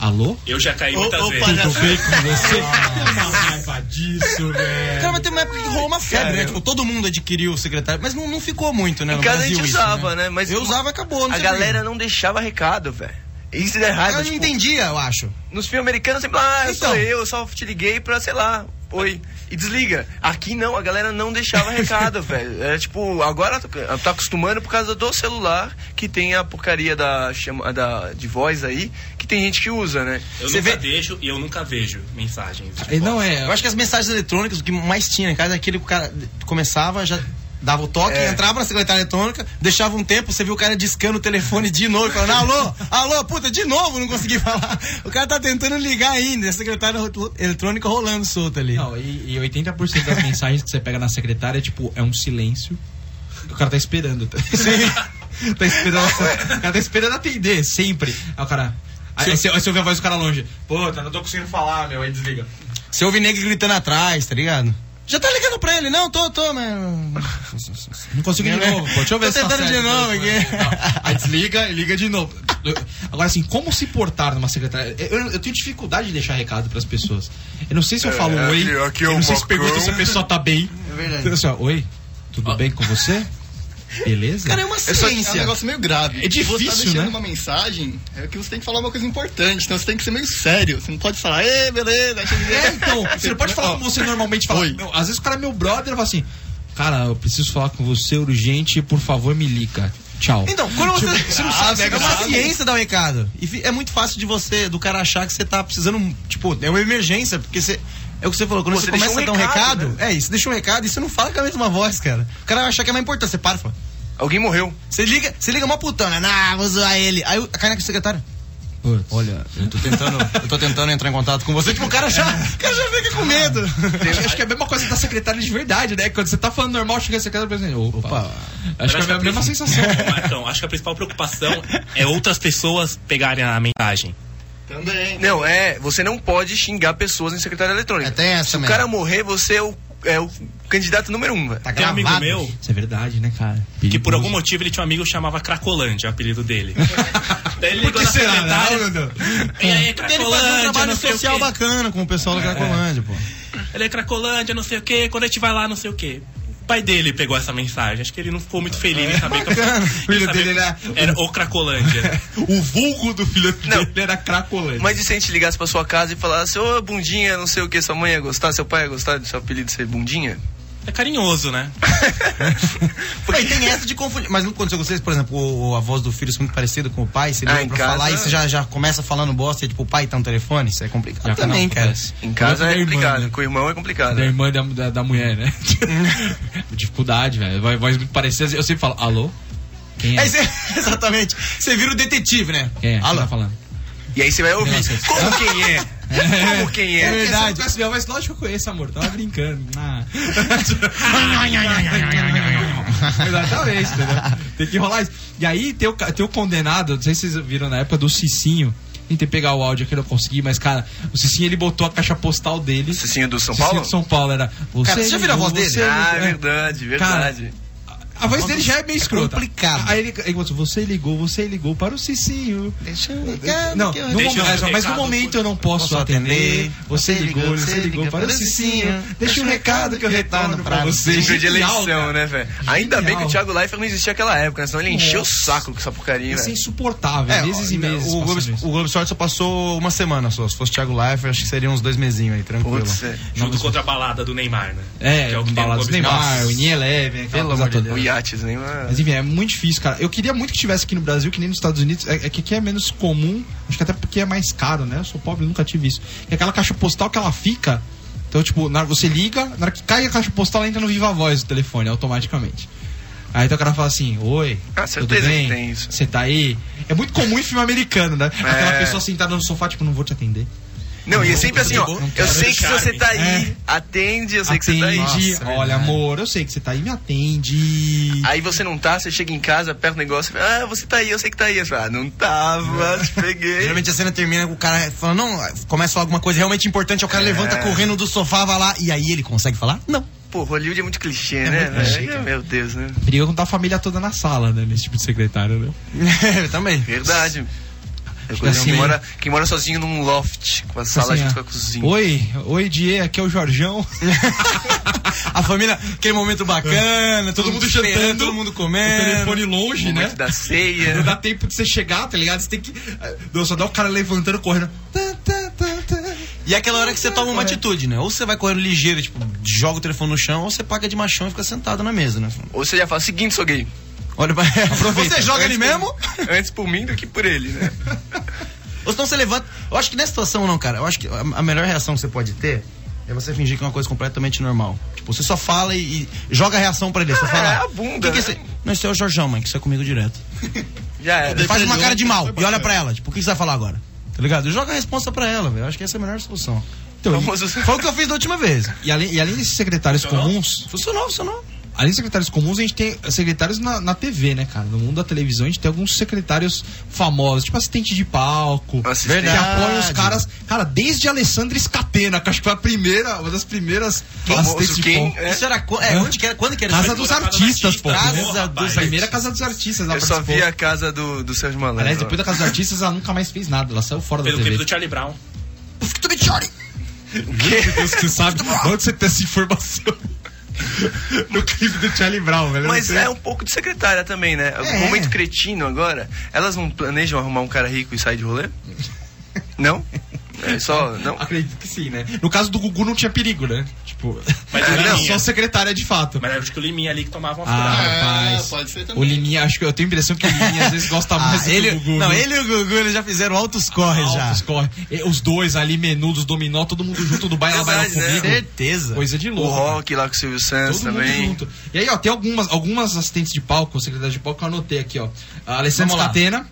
[SPEAKER 2] Alô?
[SPEAKER 5] Eu já caí
[SPEAKER 4] Ô,
[SPEAKER 5] muitas
[SPEAKER 4] ô,
[SPEAKER 5] vezes.
[SPEAKER 4] palhaço.
[SPEAKER 2] bem com você? Nossa, raiva <laughs> disso, velho.
[SPEAKER 1] Cara, mas tem uma época que rolou uma febre, né?
[SPEAKER 3] Cara,
[SPEAKER 1] Tipo, todo mundo adquiriu o secretário, mas não, não ficou muito, né?
[SPEAKER 3] Em
[SPEAKER 1] no
[SPEAKER 3] casa a
[SPEAKER 1] Brasil
[SPEAKER 3] gente
[SPEAKER 1] isso,
[SPEAKER 3] usava, né? Mas
[SPEAKER 1] eu usava, acabou. Não
[SPEAKER 3] A
[SPEAKER 1] sei
[SPEAKER 3] galera
[SPEAKER 1] por
[SPEAKER 3] não deixava recado, velho. Isso é
[SPEAKER 1] quê.
[SPEAKER 3] raiva.
[SPEAKER 1] Eu não
[SPEAKER 3] tipo,
[SPEAKER 1] entendia, eu acho.
[SPEAKER 3] Nos filmes americanos sempre, ah, eu sou
[SPEAKER 1] Então.
[SPEAKER 3] eu, eu só te liguei pra, sei lá, oi. E desliga. Aqui não, a galera não deixava recado, <laughs> velho. É tipo, agora tá- tá acostumando por causa do celular, que tem a porcaria da, chama, da de voz aí, que tem gente que usa, né?
[SPEAKER 5] Eu
[SPEAKER 1] Você
[SPEAKER 5] nunca
[SPEAKER 1] vê-
[SPEAKER 5] vejo e eu nunca vejo mensagens. de
[SPEAKER 2] E Não
[SPEAKER 1] Eu
[SPEAKER 2] é.
[SPEAKER 1] acho que as mensagens eletrônicas, o que mais tinha em casa, é aquele que o cara começava, já dava o toque,
[SPEAKER 3] É.
[SPEAKER 1] entrava na secretária eletrônica, deixava um tempo, você viu o cara discando o telefone de novo, falando, alô, alô, puta, de novo, não consegui <laughs> falar. O cara tá tentando ligar ainda, e a secretária ro- eletrônica rolando solta ali.
[SPEAKER 2] Não, e, e 80% das mensagens que você pega na secretária é tipo, é um silêncio. O cara tá esperando. Tá, <laughs> tá esperando. O cara tá esperando atender, sempre. Aí o cara. Aí você, aí você ouve a voz do cara longe. Pô, tá, não tô conseguindo falar, meu. Aí desliga.
[SPEAKER 1] Você ouve nego gritando atrás, tá ligado? Já tá ligando pra ele, não, tô, tô, mas...
[SPEAKER 2] Não consigo de
[SPEAKER 1] Né?
[SPEAKER 2] novo. Pô, deixa eu ver
[SPEAKER 1] Tô
[SPEAKER 2] se tá
[SPEAKER 1] tentando
[SPEAKER 2] certo
[SPEAKER 1] de novo
[SPEAKER 2] o
[SPEAKER 1] aqui.
[SPEAKER 2] telefone e tal. Aí desliga e liga de novo. Agora, assim, como se portar numa secretária? Eu, eu tenho dificuldade de deixar recado pras pessoas. Eu não sei se eu falo
[SPEAKER 3] É,
[SPEAKER 2] oi.
[SPEAKER 3] aqui- aqui é
[SPEAKER 2] eu não
[SPEAKER 3] o
[SPEAKER 2] sei se
[SPEAKER 3] Marcão.
[SPEAKER 2] pergunto se a pessoa tá bem.
[SPEAKER 1] É
[SPEAKER 2] Então,
[SPEAKER 1] verdade.
[SPEAKER 2] assim, ó, oi, tudo bem com você? Beleza?
[SPEAKER 1] Cara, é uma
[SPEAKER 4] É, só, é um
[SPEAKER 1] ciência.
[SPEAKER 4] negócio meio grave.
[SPEAKER 2] É difícil,
[SPEAKER 4] você tá deixando
[SPEAKER 2] né?
[SPEAKER 4] uma mensagem, é que você tem que falar uma coisa importante. Então você tem que ser meio sério. Você não pode falar, ê, beleza, achei que-"
[SPEAKER 2] É, então, você não pode falar como você normalmente fala.
[SPEAKER 4] Oi.
[SPEAKER 2] Não, às vezes o cara é meu brother e fala assim, cara, eu preciso falar com você urgente, por favor me liga. Tchau.
[SPEAKER 1] Então, quando você, você não sabe, é
[SPEAKER 4] grave.
[SPEAKER 1] uma ciência dar um recado. E fi- é muito fácil de você, do cara achar que você tá precisando, tipo, é uma emergência, porque você. É o que você falou, quando
[SPEAKER 3] Você
[SPEAKER 1] você,
[SPEAKER 3] deixa
[SPEAKER 1] começa
[SPEAKER 3] um
[SPEAKER 1] a dar um
[SPEAKER 3] recado,
[SPEAKER 1] recado, é isso, deixa um recado e você não fala com a mesma voz, cara. O cara vai achar que é mais importante, você para e fala.
[SPEAKER 3] Alguém morreu.
[SPEAKER 1] Você liga, você liga uma putana, ah, vou zoar ele. Aí o- cai na secretária.
[SPEAKER 2] Olha,
[SPEAKER 1] Eu tô tentando, eu tô tentando entrar em contato com você, tipo, o cara já, o cara já fica com medo.
[SPEAKER 2] acho, acho que é a mesma coisa da secretária de verdade, né? Quando você tá falando normal, chega a secretária e pensa, opa.
[SPEAKER 1] Opa.
[SPEAKER 2] Acho que é a
[SPEAKER 5] Parece
[SPEAKER 2] mesma
[SPEAKER 5] que-
[SPEAKER 2] sensação.
[SPEAKER 5] <laughs> Marcão, acho que a principal preocupação é outras pessoas pegarem a mensagem.
[SPEAKER 4] Também.
[SPEAKER 3] Não, é, você não pode xingar pessoas em secretária eletrônica.
[SPEAKER 1] É, tem essa
[SPEAKER 3] Se o
[SPEAKER 1] mesmo.
[SPEAKER 3] cara morrer, você é o, é o candidato número um, velho.
[SPEAKER 1] Tá
[SPEAKER 5] Tem um amigo
[SPEAKER 1] gravado.
[SPEAKER 5] meu
[SPEAKER 2] Isso é verdade, né, cara?
[SPEAKER 5] que por algum motivo ele tinha um amigo que chamava Cracolândia, o apelido dele. Daí ele ligou
[SPEAKER 1] que
[SPEAKER 5] na
[SPEAKER 1] será,
[SPEAKER 5] secretária.
[SPEAKER 1] né, Aldo?
[SPEAKER 5] E
[SPEAKER 2] É.
[SPEAKER 5] aí,
[SPEAKER 1] Porque ele faz um
[SPEAKER 5] É Cracolândia,
[SPEAKER 1] trabalho
[SPEAKER 5] não sei o
[SPEAKER 1] social
[SPEAKER 5] quê.
[SPEAKER 1] bacana com o pessoal da Cracolândia, pô.
[SPEAKER 5] Ele é Cracolândia, não sei o quê. Quando a gente vai lá, não sei o quê. O pai dele pegou essa mensagem. Acho que ele não ficou muito feliz em saber que
[SPEAKER 1] bacana.
[SPEAKER 5] em
[SPEAKER 1] O filho
[SPEAKER 5] saber
[SPEAKER 1] dele era-
[SPEAKER 5] que era o Cracolândia.
[SPEAKER 2] O vulgo do filho
[SPEAKER 3] Não.
[SPEAKER 2] dele era cracolante.
[SPEAKER 3] Mas e se a gente ligasse pra sua casa e falasse, ô bundinha, não sei o que, sua mãe ia gostar, seu pai ia gostar do seu apelido ser bundinha?
[SPEAKER 5] É carinhoso, né?
[SPEAKER 1] Aí tem essa de confundir. Mas não aconteceu com vocês, por exemplo, o, o- a voz do filho é muito parecida com o pai, você
[SPEAKER 3] Ah,
[SPEAKER 1] liga
[SPEAKER 3] em
[SPEAKER 1] pra
[SPEAKER 3] casa-
[SPEAKER 1] falar e você já, já começa falando bosta e tipo, o pai tá no telefone, isso é complicado
[SPEAKER 2] Já
[SPEAKER 1] também,
[SPEAKER 2] não,
[SPEAKER 1] cara.
[SPEAKER 2] acontece.
[SPEAKER 3] Em casa
[SPEAKER 2] da
[SPEAKER 3] é
[SPEAKER 2] irmã,
[SPEAKER 3] complicado,
[SPEAKER 2] né?
[SPEAKER 3] com o irmão é complicado.
[SPEAKER 2] Da irmã da, da, da mulher, né? <laughs> Dificuldade, velho. Vai, vai parecer. Eu sempre falo, alô? Quem é?
[SPEAKER 1] Aí você, exatamente. Você vira o detetive, né?
[SPEAKER 2] Quem é? Quem
[SPEAKER 1] Alô?
[SPEAKER 2] tá falando?
[SPEAKER 3] E aí você vai ouvir,
[SPEAKER 2] Nossa,
[SPEAKER 3] como quem é? Como quem é?
[SPEAKER 2] Você não conhece minha voz? Lógico que eu conheço, amor. Tava brincando. Ah. Exatamente, entendeu? Tem que rolar isso. E aí tem o, ca- tem o condenado, não sei se vocês viram na época do Cicinho. Tentei pegar o áudio aqui, não consegui, mas, cara, o Cicinho ele botou a caixa postal dele.
[SPEAKER 3] Cicinho do São
[SPEAKER 2] Cicinho
[SPEAKER 3] Paulo?
[SPEAKER 2] de São Paulo era. Você
[SPEAKER 1] Cara, você já viu a
[SPEAKER 2] ligou,
[SPEAKER 1] voz dele?
[SPEAKER 2] você
[SPEAKER 3] Ah, é
[SPEAKER 2] ligou. É.
[SPEAKER 3] verdade, verdade.
[SPEAKER 2] A voz dele já é meio escrota.
[SPEAKER 1] complicado.
[SPEAKER 2] Aí ele, ele falou assim, você ligou, você ligou para o Cicinho.
[SPEAKER 1] Deixa eu ligar,
[SPEAKER 2] Não,
[SPEAKER 1] que
[SPEAKER 2] no
[SPEAKER 1] eu-
[SPEAKER 2] momento,
[SPEAKER 5] Deixa eu
[SPEAKER 2] mas,
[SPEAKER 5] um
[SPEAKER 2] mas no
[SPEAKER 5] recado,
[SPEAKER 2] momento eu não posso,
[SPEAKER 1] posso
[SPEAKER 2] atender.
[SPEAKER 1] atender.
[SPEAKER 2] Você
[SPEAKER 1] Você
[SPEAKER 2] ligou,
[SPEAKER 1] ligou,
[SPEAKER 2] você
[SPEAKER 1] você
[SPEAKER 2] ligou
[SPEAKER 1] ligou
[SPEAKER 2] para o
[SPEAKER 1] para o
[SPEAKER 2] Cicinho.
[SPEAKER 1] Cicinho.
[SPEAKER 2] Deixa um recado que eu retorno pra você.
[SPEAKER 3] Jingle de
[SPEAKER 2] Genial,
[SPEAKER 3] eleição,
[SPEAKER 2] cara.
[SPEAKER 3] né, velho? Ainda bem que o
[SPEAKER 2] Genial.
[SPEAKER 3] Thiago Leifert não existia naquela época, né? senão ele encheu o saco com essa porcaria,
[SPEAKER 2] Isso é
[SPEAKER 3] velho.
[SPEAKER 2] insuportável,
[SPEAKER 1] É,
[SPEAKER 2] meses e
[SPEAKER 1] ó,
[SPEAKER 2] meses.
[SPEAKER 1] O Globo,
[SPEAKER 2] passando isso.
[SPEAKER 1] o Globo Esporte só passou uma semana só. Se fosse Thiago Life, acho que seria uns dois mesinhos aí, tranquilo.
[SPEAKER 3] Putz, é.
[SPEAKER 5] Junto contra a balada do Neymar, né?
[SPEAKER 2] É,
[SPEAKER 5] que é o que tem no
[SPEAKER 2] baladas
[SPEAKER 5] Globo
[SPEAKER 2] Neymar,
[SPEAKER 5] Esporte.
[SPEAKER 2] o
[SPEAKER 1] Pelo
[SPEAKER 2] Nieleven, aquela coisa
[SPEAKER 1] amor de
[SPEAKER 2] toda.
[SPEAKER 1] Deus.
[SPEAKER 3] O iates, né? nenhuma.
[SPEAKER 2] Mas enfim, é muito difícil, cara. Eu queria muito que tivesse aqui no Brasil, que nem nos Estados Unidos. É, é que aqui é menos comum, acho que até porque é mais caro, né? Eu sou pobre, nunca tive isso. É aquela caixa postal que ela fica. Então, tipo, na hora que você liga, na hora que cai a caixa postal, ela entra no Viva Voz do telefone, automaticamente. Aí então o cara fala assim, oi,
[SPEAKER 3] Ah,
[SPEAKER 2] tudo
[SPEAKER 3] certeza que tem
[SPEAKER 2] bem?
[SPEAKER 3] isso. É.
[SPEAKER 2] Você tá aí? É muito comum em filme americano, né? Aquela pessoa sentada no sofá, tipo, não vou te atender.
[SPEAKER 3] Não, e é sempre assim, ó.
[SPEAKER 2] Não
[SPEAKER 3] Eu
[SPEAKER 2] quero
[SPEAKER 3] sei que
[SPEAKER 5] deixar,
[SPEAKER 3] você tá aí,
[SPEAKER 2] é.
[SPEAKER 3] atende, eu sei que você tá aí.
[SPEAKER 2] Atende,
[SPEAKER 1] Nossa,
[SPEAKER 2] olha,
[SPEAKER 1] verdade.
[SPEAKER 2] amor, eu sei que você tá aí, me atende.
[SPEAKER 3] Aí você não tá, você chega em casa, aperta o negócio, ah, você tá aí, eu sei que tá aí. Eu falo, ah, não tava, te peguei.
[SPEAKER 1] Geralmente a cena termina com o cara falando, não, começa a falar alguma coisa realmente importante,
[SPEAKER 2] É.
[SPEAKER 1] aí o cara levanta correndo do sofá, vai lá, e aí ele consegue falar? Não.
[SPEAKER 3] Pô, Hollywood é muito clichê, né?
[SPEAKER 1] muito clichê,
[SPEAKER 3] velho?
[SPEAKER 1] cara.
[SPEAKER 3] Meu Deus, né?
[SPEAKER 2] Briga quando tá a família toda na sala, né? Nesse tipo de secretário, né?
[SPEAKER 1] Também.
[SPEAKER 3] Verdade. É coisa
[SPEAKER 2] assim,
[SPEAKER 3] quem,
[SPEAKER 2] né?
[SPEAKER 3] mora, quem mora sozinho num loft, com a sala
[SPEAKER 2] Assim,
[SPEAKER 3] junto
[SPEAKER 2] ó.
[SPEAKER 3] com a cozinha.
[SPEAKER 2] Oi, oi, Die, aqui é o Jorjão.
[SPEAKER 1] <laughs> A família, aquele momento bacana, todo mundo
[SPEAKER 2] esperando,
[SPEAKER 1] chantando, todo mundo comendo.
[SPEAKER 2] longe,
[SPEAKER 1] né?
[SPEAKER 3] Momento da
[SPEAKER 2] Não <laughs>
[SPEAKER 3] ceia.
[SPEAKER 2] dá tempo de você chegar, tá ligado? Você tem que. Não, só dá o cara levantando, correndo. Tan, tan, tan, tan.
[SPEAKER 1] E é aquela hora que você toma uma atitude, né? Ou você vai correndo ligeiro, tipo, joga o telefone no chão, ou você paga de machão e fica sentado na mesa, né?
[SPEAKER 3] Ou você já fala, seguinte, sou gay.
[SPEAKER 1] Olha pra... <laughs> Aproveita. Você joga ali
[SPEAKER 3] Antes por-
[SPEAKER 1] mesmo?
[SPEAKER 3] <laughs> Antes por mim do que por ele, né?
[SPEAKER 1] Ou senão você levanta. Eu acho que nessa situação não, cara. Eu acho que a a melhor reação que você pode ter é você fingir que é uma coisa completamente normal. Tipo, você só fala e, e joga a reação pra ele. Você fala.
[SPEAKER 3] é a bunda,
[SPEAKER 1] "Que que
[SPEAKER 3] né?"
[SPEAKER 1] esse-
[SPEAKER 3] É,
[SPEAKER 1] Não, esse é o Jorjão, mãe, que isso é comigo direto.
[SPEAKER 3] Já era.
[SPEAKER 1] Faz uma
[SPEAKER 4] Defendeu,
[SPEAKER 1] cara de mal e
[SPEAKER 4] bacana.
[SPEAKER 1] olha pra ela. Tipo, o que que você vai falar agora? Tá ligado? Joga a resposta pra ela, velho. Eu acho que essa é a melhor solução. Então,
[SPEAKER 3] Famoso-
[SPEAKER 1] e- foi o que eu fiz da última vez.
[SPEAKER 2] E além, e além desses secretários comuns,
[SPEAKER 1] Funcionou, funcionou.
[SPEAKER 2] além dos secretários comuns, a gente tem secretários na, na TV, né, cara? No mundo da televisão, a gente tem alguns secretários famosos, tipo assistente de palco.
[SPEAKER 3] Assistente.
[SPEAKER 2] Que apoiam os
[SPEAKER 1] Verdade.
[SPEAKER 2] caras. Cara, desde Alessandra Scatena, que acho que foi a primeira, uma das primeiras
[SPEAKER 3] Famoso
[SPEAKER 2] assistentes de
[SPEAKER 3] quem?
[SPEAKER 2] palco.
[SPEAKER 3] É.
[SPEAKER 1] Isso era. qu- É,
[SPEAKER 2] Hã?
[SPEAKER 1] onde que era, quando que era
[SPEAKER 2] Casa
[SPEAKER 1] isso?
[SPEAKER 2] dos
[SPEAKER 5] Casa dos
[SPEAKER 2] artistas,
[SPEAKER 1] né?
[SPEAKER 2] pô.
[SPEAKER 5] Artistas,
[SPEAKER 2] entendeu?
[SPEAKER 1] Casa dos
[SPEAKER 2] Primeira Casa dos Artistas. ela
[SPEAKER 3] Eu só
[SPEAKER 2] participou.
[SPEAKER 3] vi a casa do, do Sérgio Malandro.
[SPEAKER 2] Aliás,
[SPEAKER 3] <laughs>
[SPEAKER 2] depois da Casa dos Artistas, ela nunca mais fez nada. Ela saiu fora
[SPEAKER 5] Pelo
[SPEAKER 2] da TV.
[SPEAKER 5] clipe do Charlie Brown.
[SPEAKER 2] Meu Deus, você sabe onde você tem essa informação? No clipe do Charlie Brown, velho.
[SPEAKER 3] Mas
[SPEAKER 2] Eu não
[SPEAKER 3] é um pouco de secretária também,
[SPEAKER 2] É.
[SPEAKER 3] né? O momento cretino agora, elas não planejam arrumar um cara rico e sair de
[SPEAKER 2] <laughs>
[SPEAKER 3] rolê? Não? É só. Não?
[SPEAKER 2] sei. Acredito que sim, né? No caso do Gugu não tinha perigo, né? Tipo,
[SPEAKER 5] Mas o
[SPEAKER 2] era
[SPEAKER 5] Liminha.
[SPEAKER 2] só secretária de fato.
[SPEAKER 5] Mas acho que o Liminha ali que tomava uma
[SPEAKER 2] Ah,
[SPEAKER 5] furada.
[SPEAKER 2] rapaz.
[SPEAKER 4] pode ser
[SPEAKER 2] O
[SPEAKER 4] também.
[SPEAKER 2] Liminha, acho que eu tenho a impressão que o Liminha às vezes gosta mais
[SPEAKER 1] Ah,
[SPEAKER 2] do
[SPEAKER 1] ele,
[SPEAKER 2] que o Gugu.
[SPEAKER 1] não,
[SPEAKER 2] né?
[SPEAKER 1] ele e o Gugu eles já fizeram altos corres já.
[SPEAKER 2] Altos corre. E Os dois ali, menudos, dominó, todo mundo junto do baile, baila
[SPEAKER 3] Verdade, né?
[SPEAKER 2] comigo.
[SPEAKER 1] Certeza.
[SPEAKER 2] Coisa de
[SPEAKER 3] O
[SPEAKER 2] louco.
[SPEAKER 3] rock lá com o Silvio Santos
[SPEAKER 2] Todo
[SPEAKER 3] também.
[SPEAKER 2] mundo junto. E aí, ó, tem algumas, algumas assistentes de palco, secretárias de palco que eu anotei aqui, ó. A Alessandra
[SPEAKER 1] Vamos lá.
[SPEAKER 2] Catena.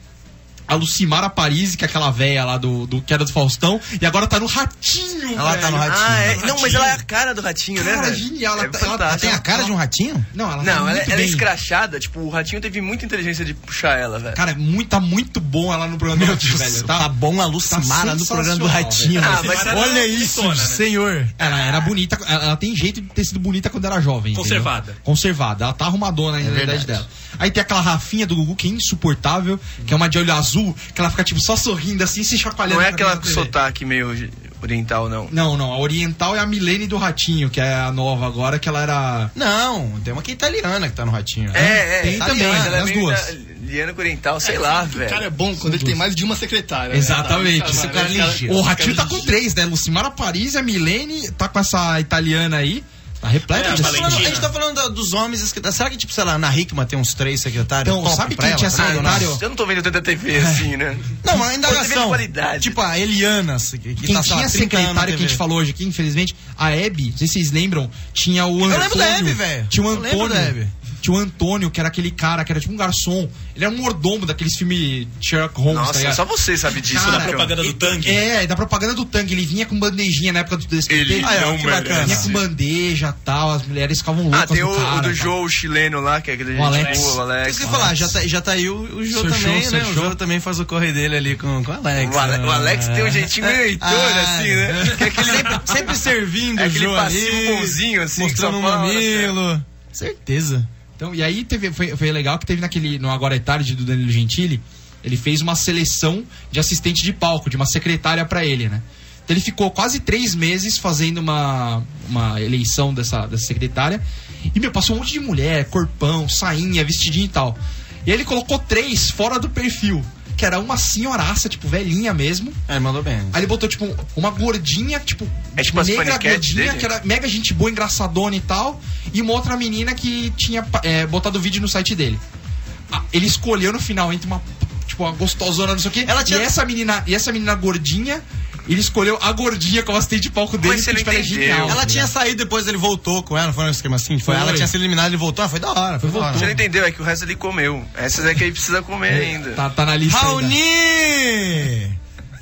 [SPEAKER 2] A Lucimara Parisi, que é aquela véia lá do, do que era do Faustão, e agora tá no Ratinho,
[SPEAKER 1] Ela
[SPEAKER 2] velho.
[SPEAKER 1] tá no ratinho.
[SPEAKER 3] Ah, é. Não, mas ela é a cara do ratinho, né?
[SPEAKER 2] Cara,
[SPEAKER 3] velho?
[SPEAKER 2] genial, ela
[SPEAKER 3] É
[SPEAKER 2] tá- ela
[SPEAKER 1] Ela tem
[SPEAKER 3] fantástico.
[SPEAKER 1] a cara de um ratinho?
[SPEAKER 2] Não, ela tá
[SPEAKER 3] Não, ela,
[SPEAKER 2] muito
[SPEAKER 3] ela é
[SPEAKER 2] bem.
[SPEAKER 3] escrachada. Tipo, o ratinho teve muita inteligência de puxar ela, velho.
[SPEAKER 2] Cara, é muito, tá muito bom ela no programa do Ratinho, velho.
[SPEAKER 1] tá,
[SPEAKER 2] Tá...
[SPEAKER 1] bom a Lucimara no programa do
[SPEAKER 2] sensacional,
[SPEAKER 1] Ratinho. né?
[SPEAKER 3] velho. Ah,
[SPEAKER 1] velho.
[SPEAKER 3] mas ela
[SPEAKER 1] Olha
[SPEAKER 5] é
[SPEAKER 1] isso,
[SPEAKER 5] bonitona, né?
[SPEAKER 1] senhor.
[SPEAKER 2] Ela era bonita, ela, ela tem jeito de ter sido bonita quando era jovem. entendeu?
[SPEAKER 5] Conservada.
[SPEAKER 2] Conservada, ela tá arrumadona
[SPEAKER 3] É
[SPEAKER 2] ainda na idade dela. Aí tem aquela Rafinha do Gugu, que é insuportável, que é uma de olho azul, que ela fica tipo só sorrindo assim, se chacoalhando.
[SPEAKER 3] Não é
[SPEAKER 2] na
[SPEAKER 3] aquela
[SPEAKER 2] frente
[SPEAKER 3] com
[SPEAKER 2] da TV.
[SPEAKER 3] sotaque meio oriental, não.
[SPEAKER 2] Não, não. A oriental é a Milene do Ratinho, que é a nova agora, que ela era.
[SPEAKER 1] Não, tem uma que é italiana que tá no Ratinho. né?
[SPEAKER 3] É, é.
[SPEAKER 2] tem
[SPEAKER 3] sabe,
[SPEAKER 2] também,
[SPEAKER 3] mas ela é
[SPEAKER 2] as
[SPEAKER 3] meio
[SPEAKER 2] duas.
[SPEAKER 3] italiano oriental, sei lá,
[SPEAKER 4] O cara
[SPEAKER 3] velho.
[SPEAKER 4] é bom quando ele tem mais de uma secretária.
[SPEAKER 5] É
[SPEAKER 4] né?
[SPEAKER 2] Exatamente.
[SPEAKER 4] Tá,
[SPEAKER 2] Esse
[SPEAKER 4] mas
[SPEAKER 1] cara é ligeiro.
[SPEAKER 2] o Ratinho tá com três, né? Lucimara Paris, a Milene, tá com essa italiana aí. Tá repleta
[SPEAKER 5] É,
[SPEAKER 2] de
[SPEAKER 5] a
[SPEAKER 1] Mas A
[SPEAKER 5] Valentina.
[SPEAKER 1] gente tá falando da- dos homens. escritores. Será que, tipo, sei lá, Ana Hickman tem uns três secretários?
[SPEAKER 2] Então,
[SPEAKER 1] top
[SPEAKER 2] sabe
[SPEAKER 1] pra
[SPEAKER 2] quem
[SPEAKER 1] ela?
[SPEAKER 2] tinha
[SPEAKER 1] Sabe?
[SPEAKER 2] secretário?
[SPEAKER 3] Eu não tô vendo tanta TV assim, né?
[SPEAKER 1] Não, mas a
[SPEAKER 3] Pô, de
[SPEAKER 1] indagação.
[SPEAKER 3] qualidade.
[SPEAKER 1] Tipo, a Eliana, que, que
[SPEAKER 2] Quem
[SPEAKER 1] tá, sei lá, 30 anos
[SPEAKER 2] tinha
[SPEAKER 1] na
[SPEAKER 2] secretário que a gente
[SPEAKER 1] TV.
[SPEAKER 2] falou hoje aqui, infelizmente, a Hebe, não sei se vocês lembram, tinha o Antônio.
[SPEAKER 1] lembro da Hebe, velho.
[SPEAKER 2] Tinha o
[SPEAKER 1] Eu lembro
[SPEAKER 2] Antônio.
[SPEAKER 1] da Hebe.
[SPEAKER 2] Tinha o Antônio, que era aquele cara, que era tipo um garçom. Ele era um mordomo daqueles filmes Sherlock Holmes, tá
[SPEAKER 3] Nossa,
[SPEAKER 2] ligado?
[SPEAKER 3] só você sabe disso, né,
[SPEAKER 2] Cara,
[SPEAKER 5] Da
[SPEAKER 3] Marcão.
[SPEAKER 5] propaganda do Tang.
[SPEAKER 2] É, da propaganda do Tang, ele vinha com bandejinha na época do DST.
[SPEAKER 3] Ele
[SPEAKER 2] ah, é,
[SPEAKER 3] não
[SPEAKER 2] que bacana. Vinha
[SPEAKER 3] merece.
[SPEAKER 2] com bandeja e tal, as mulheres ficavam loucas.
[SPEAKER 3] Ah, tem
[SPEAKER 2] no
[SPEAKER 3] o,
[SPEAKER 2] cara,
[SPEAKER 3] o do
[SPEAKER 2] cara.
[SPEAKER 3] Joe, o chileno lá, que é aquele
[SPEAKER 2] O Alex.
[SPEAKER 3] boa, o
[SPEAKER 1] Isso
[SPEAKER 3] Alex.
[SPEAKER 1] que eu ia falar, já tá, já tá aí o, o Jô
[SPEAKER 2] Seu
[SPEAKER 1] também,
[SPEAKER 2] show,
[SPEAKER 1] né?
[SPEAKER 2] seu
[SPEAKER 1] O
[SPEAKER 2] show.
[SPEAKER 1] Jô também faz o corre dele ali com, com o Alex.
[SPEAKER 3] O, Ale- o
[SPEAKER 1] <laughs>
[SPEAKER 3] Alex tem um jeitinho meio
[SPEAKER 1] Ah,
[SPEAKER 3] leitor, assim, né? Que é aquele,
[SPEAKER 1] sempre, sempre servindo
[SPEAKER 3] é
[SPEAKER 1] o
[SPEAKER 3] aquele
[SPEAKER 1] Jô
[SPEAKER 3] passinho
[SPEAKER 1] ali,
[SPEAKER 3] bonzinho, assim, que
[SPEAKER 1] mostrando
[SPEAKER 3] só
[SPEAKER 1] o
[SPEAKER 3] fala,
[SPEAKER 1] mamilo. Certeza.
[SPEAKER 2] Então, e aí teve, foi, foi legal que teve naquele. No Agora é Tarde do Danilo Gentili, ele fez uma seleção de assistente de palco, de uma secretária pra ele, né? Então ele ficou quase três meses fazendo uma, uma eleição dessa, dessa secretária. E, meu, passou um monte de mulher, corpão, sainha, vestidinho e tal. E aí ele colocou três fora do perfil. que era uma senhoraça, tipo, velhinha mesmo.
[SPEAKER 6] É, mandou bem.
[SPEAKER 2] Aí ele botou, tipo, uma gordinha, tipo,
[SPEAKER 3] É tipo as
[SPEAKER 2] negra
[SPEAKER 3] paniquete
[SPEAKER 2] gordinha,
[SPEAKER 3] dele?
[SPEAKER 2] que era mega gente boa, engraçadona e tal. E uma outra menina que tinha pa- é, botado o vídeo no site dele. Ah, Ele escolheu no final entre uma, tipo, uma gostosona, não sei o quê.
[SPEAKER 1] Ela tinha-
[SPEAKER 2] E essa menina, e essa menina gordinha, ele escolheu a gordinha como assistente de palco dele.
[SPEAKER 3] você
[SPEAKER 2] porque,
[SPEAKER 3] não
[SPEAKER 2] ela é
[SPEAKER 3] entendeu.
[SPEAKER 2] genial,
[SPEAKER 1] Ela
[SPEAKER 2] tá
[SPEAKER 1] tinha
[SPEAKER 2] ligado?
[SPEAKER 1] saído, depois ele voltou com ela, foi um esquema assim. Foi,
[SPEAKER 2] Foi.
[SPEAKER 1] ela tinha sido eliminada, ele voltou. Ah, foi da hora, foi da hora.
[SPEAKER 3] Você não entendeu, é que o resto ele comeu. Essas é que ele precisa comer ainda.
[SPEAKER 2] Tá, tá na lista ainda.
[SPEAKER 1] Raoni!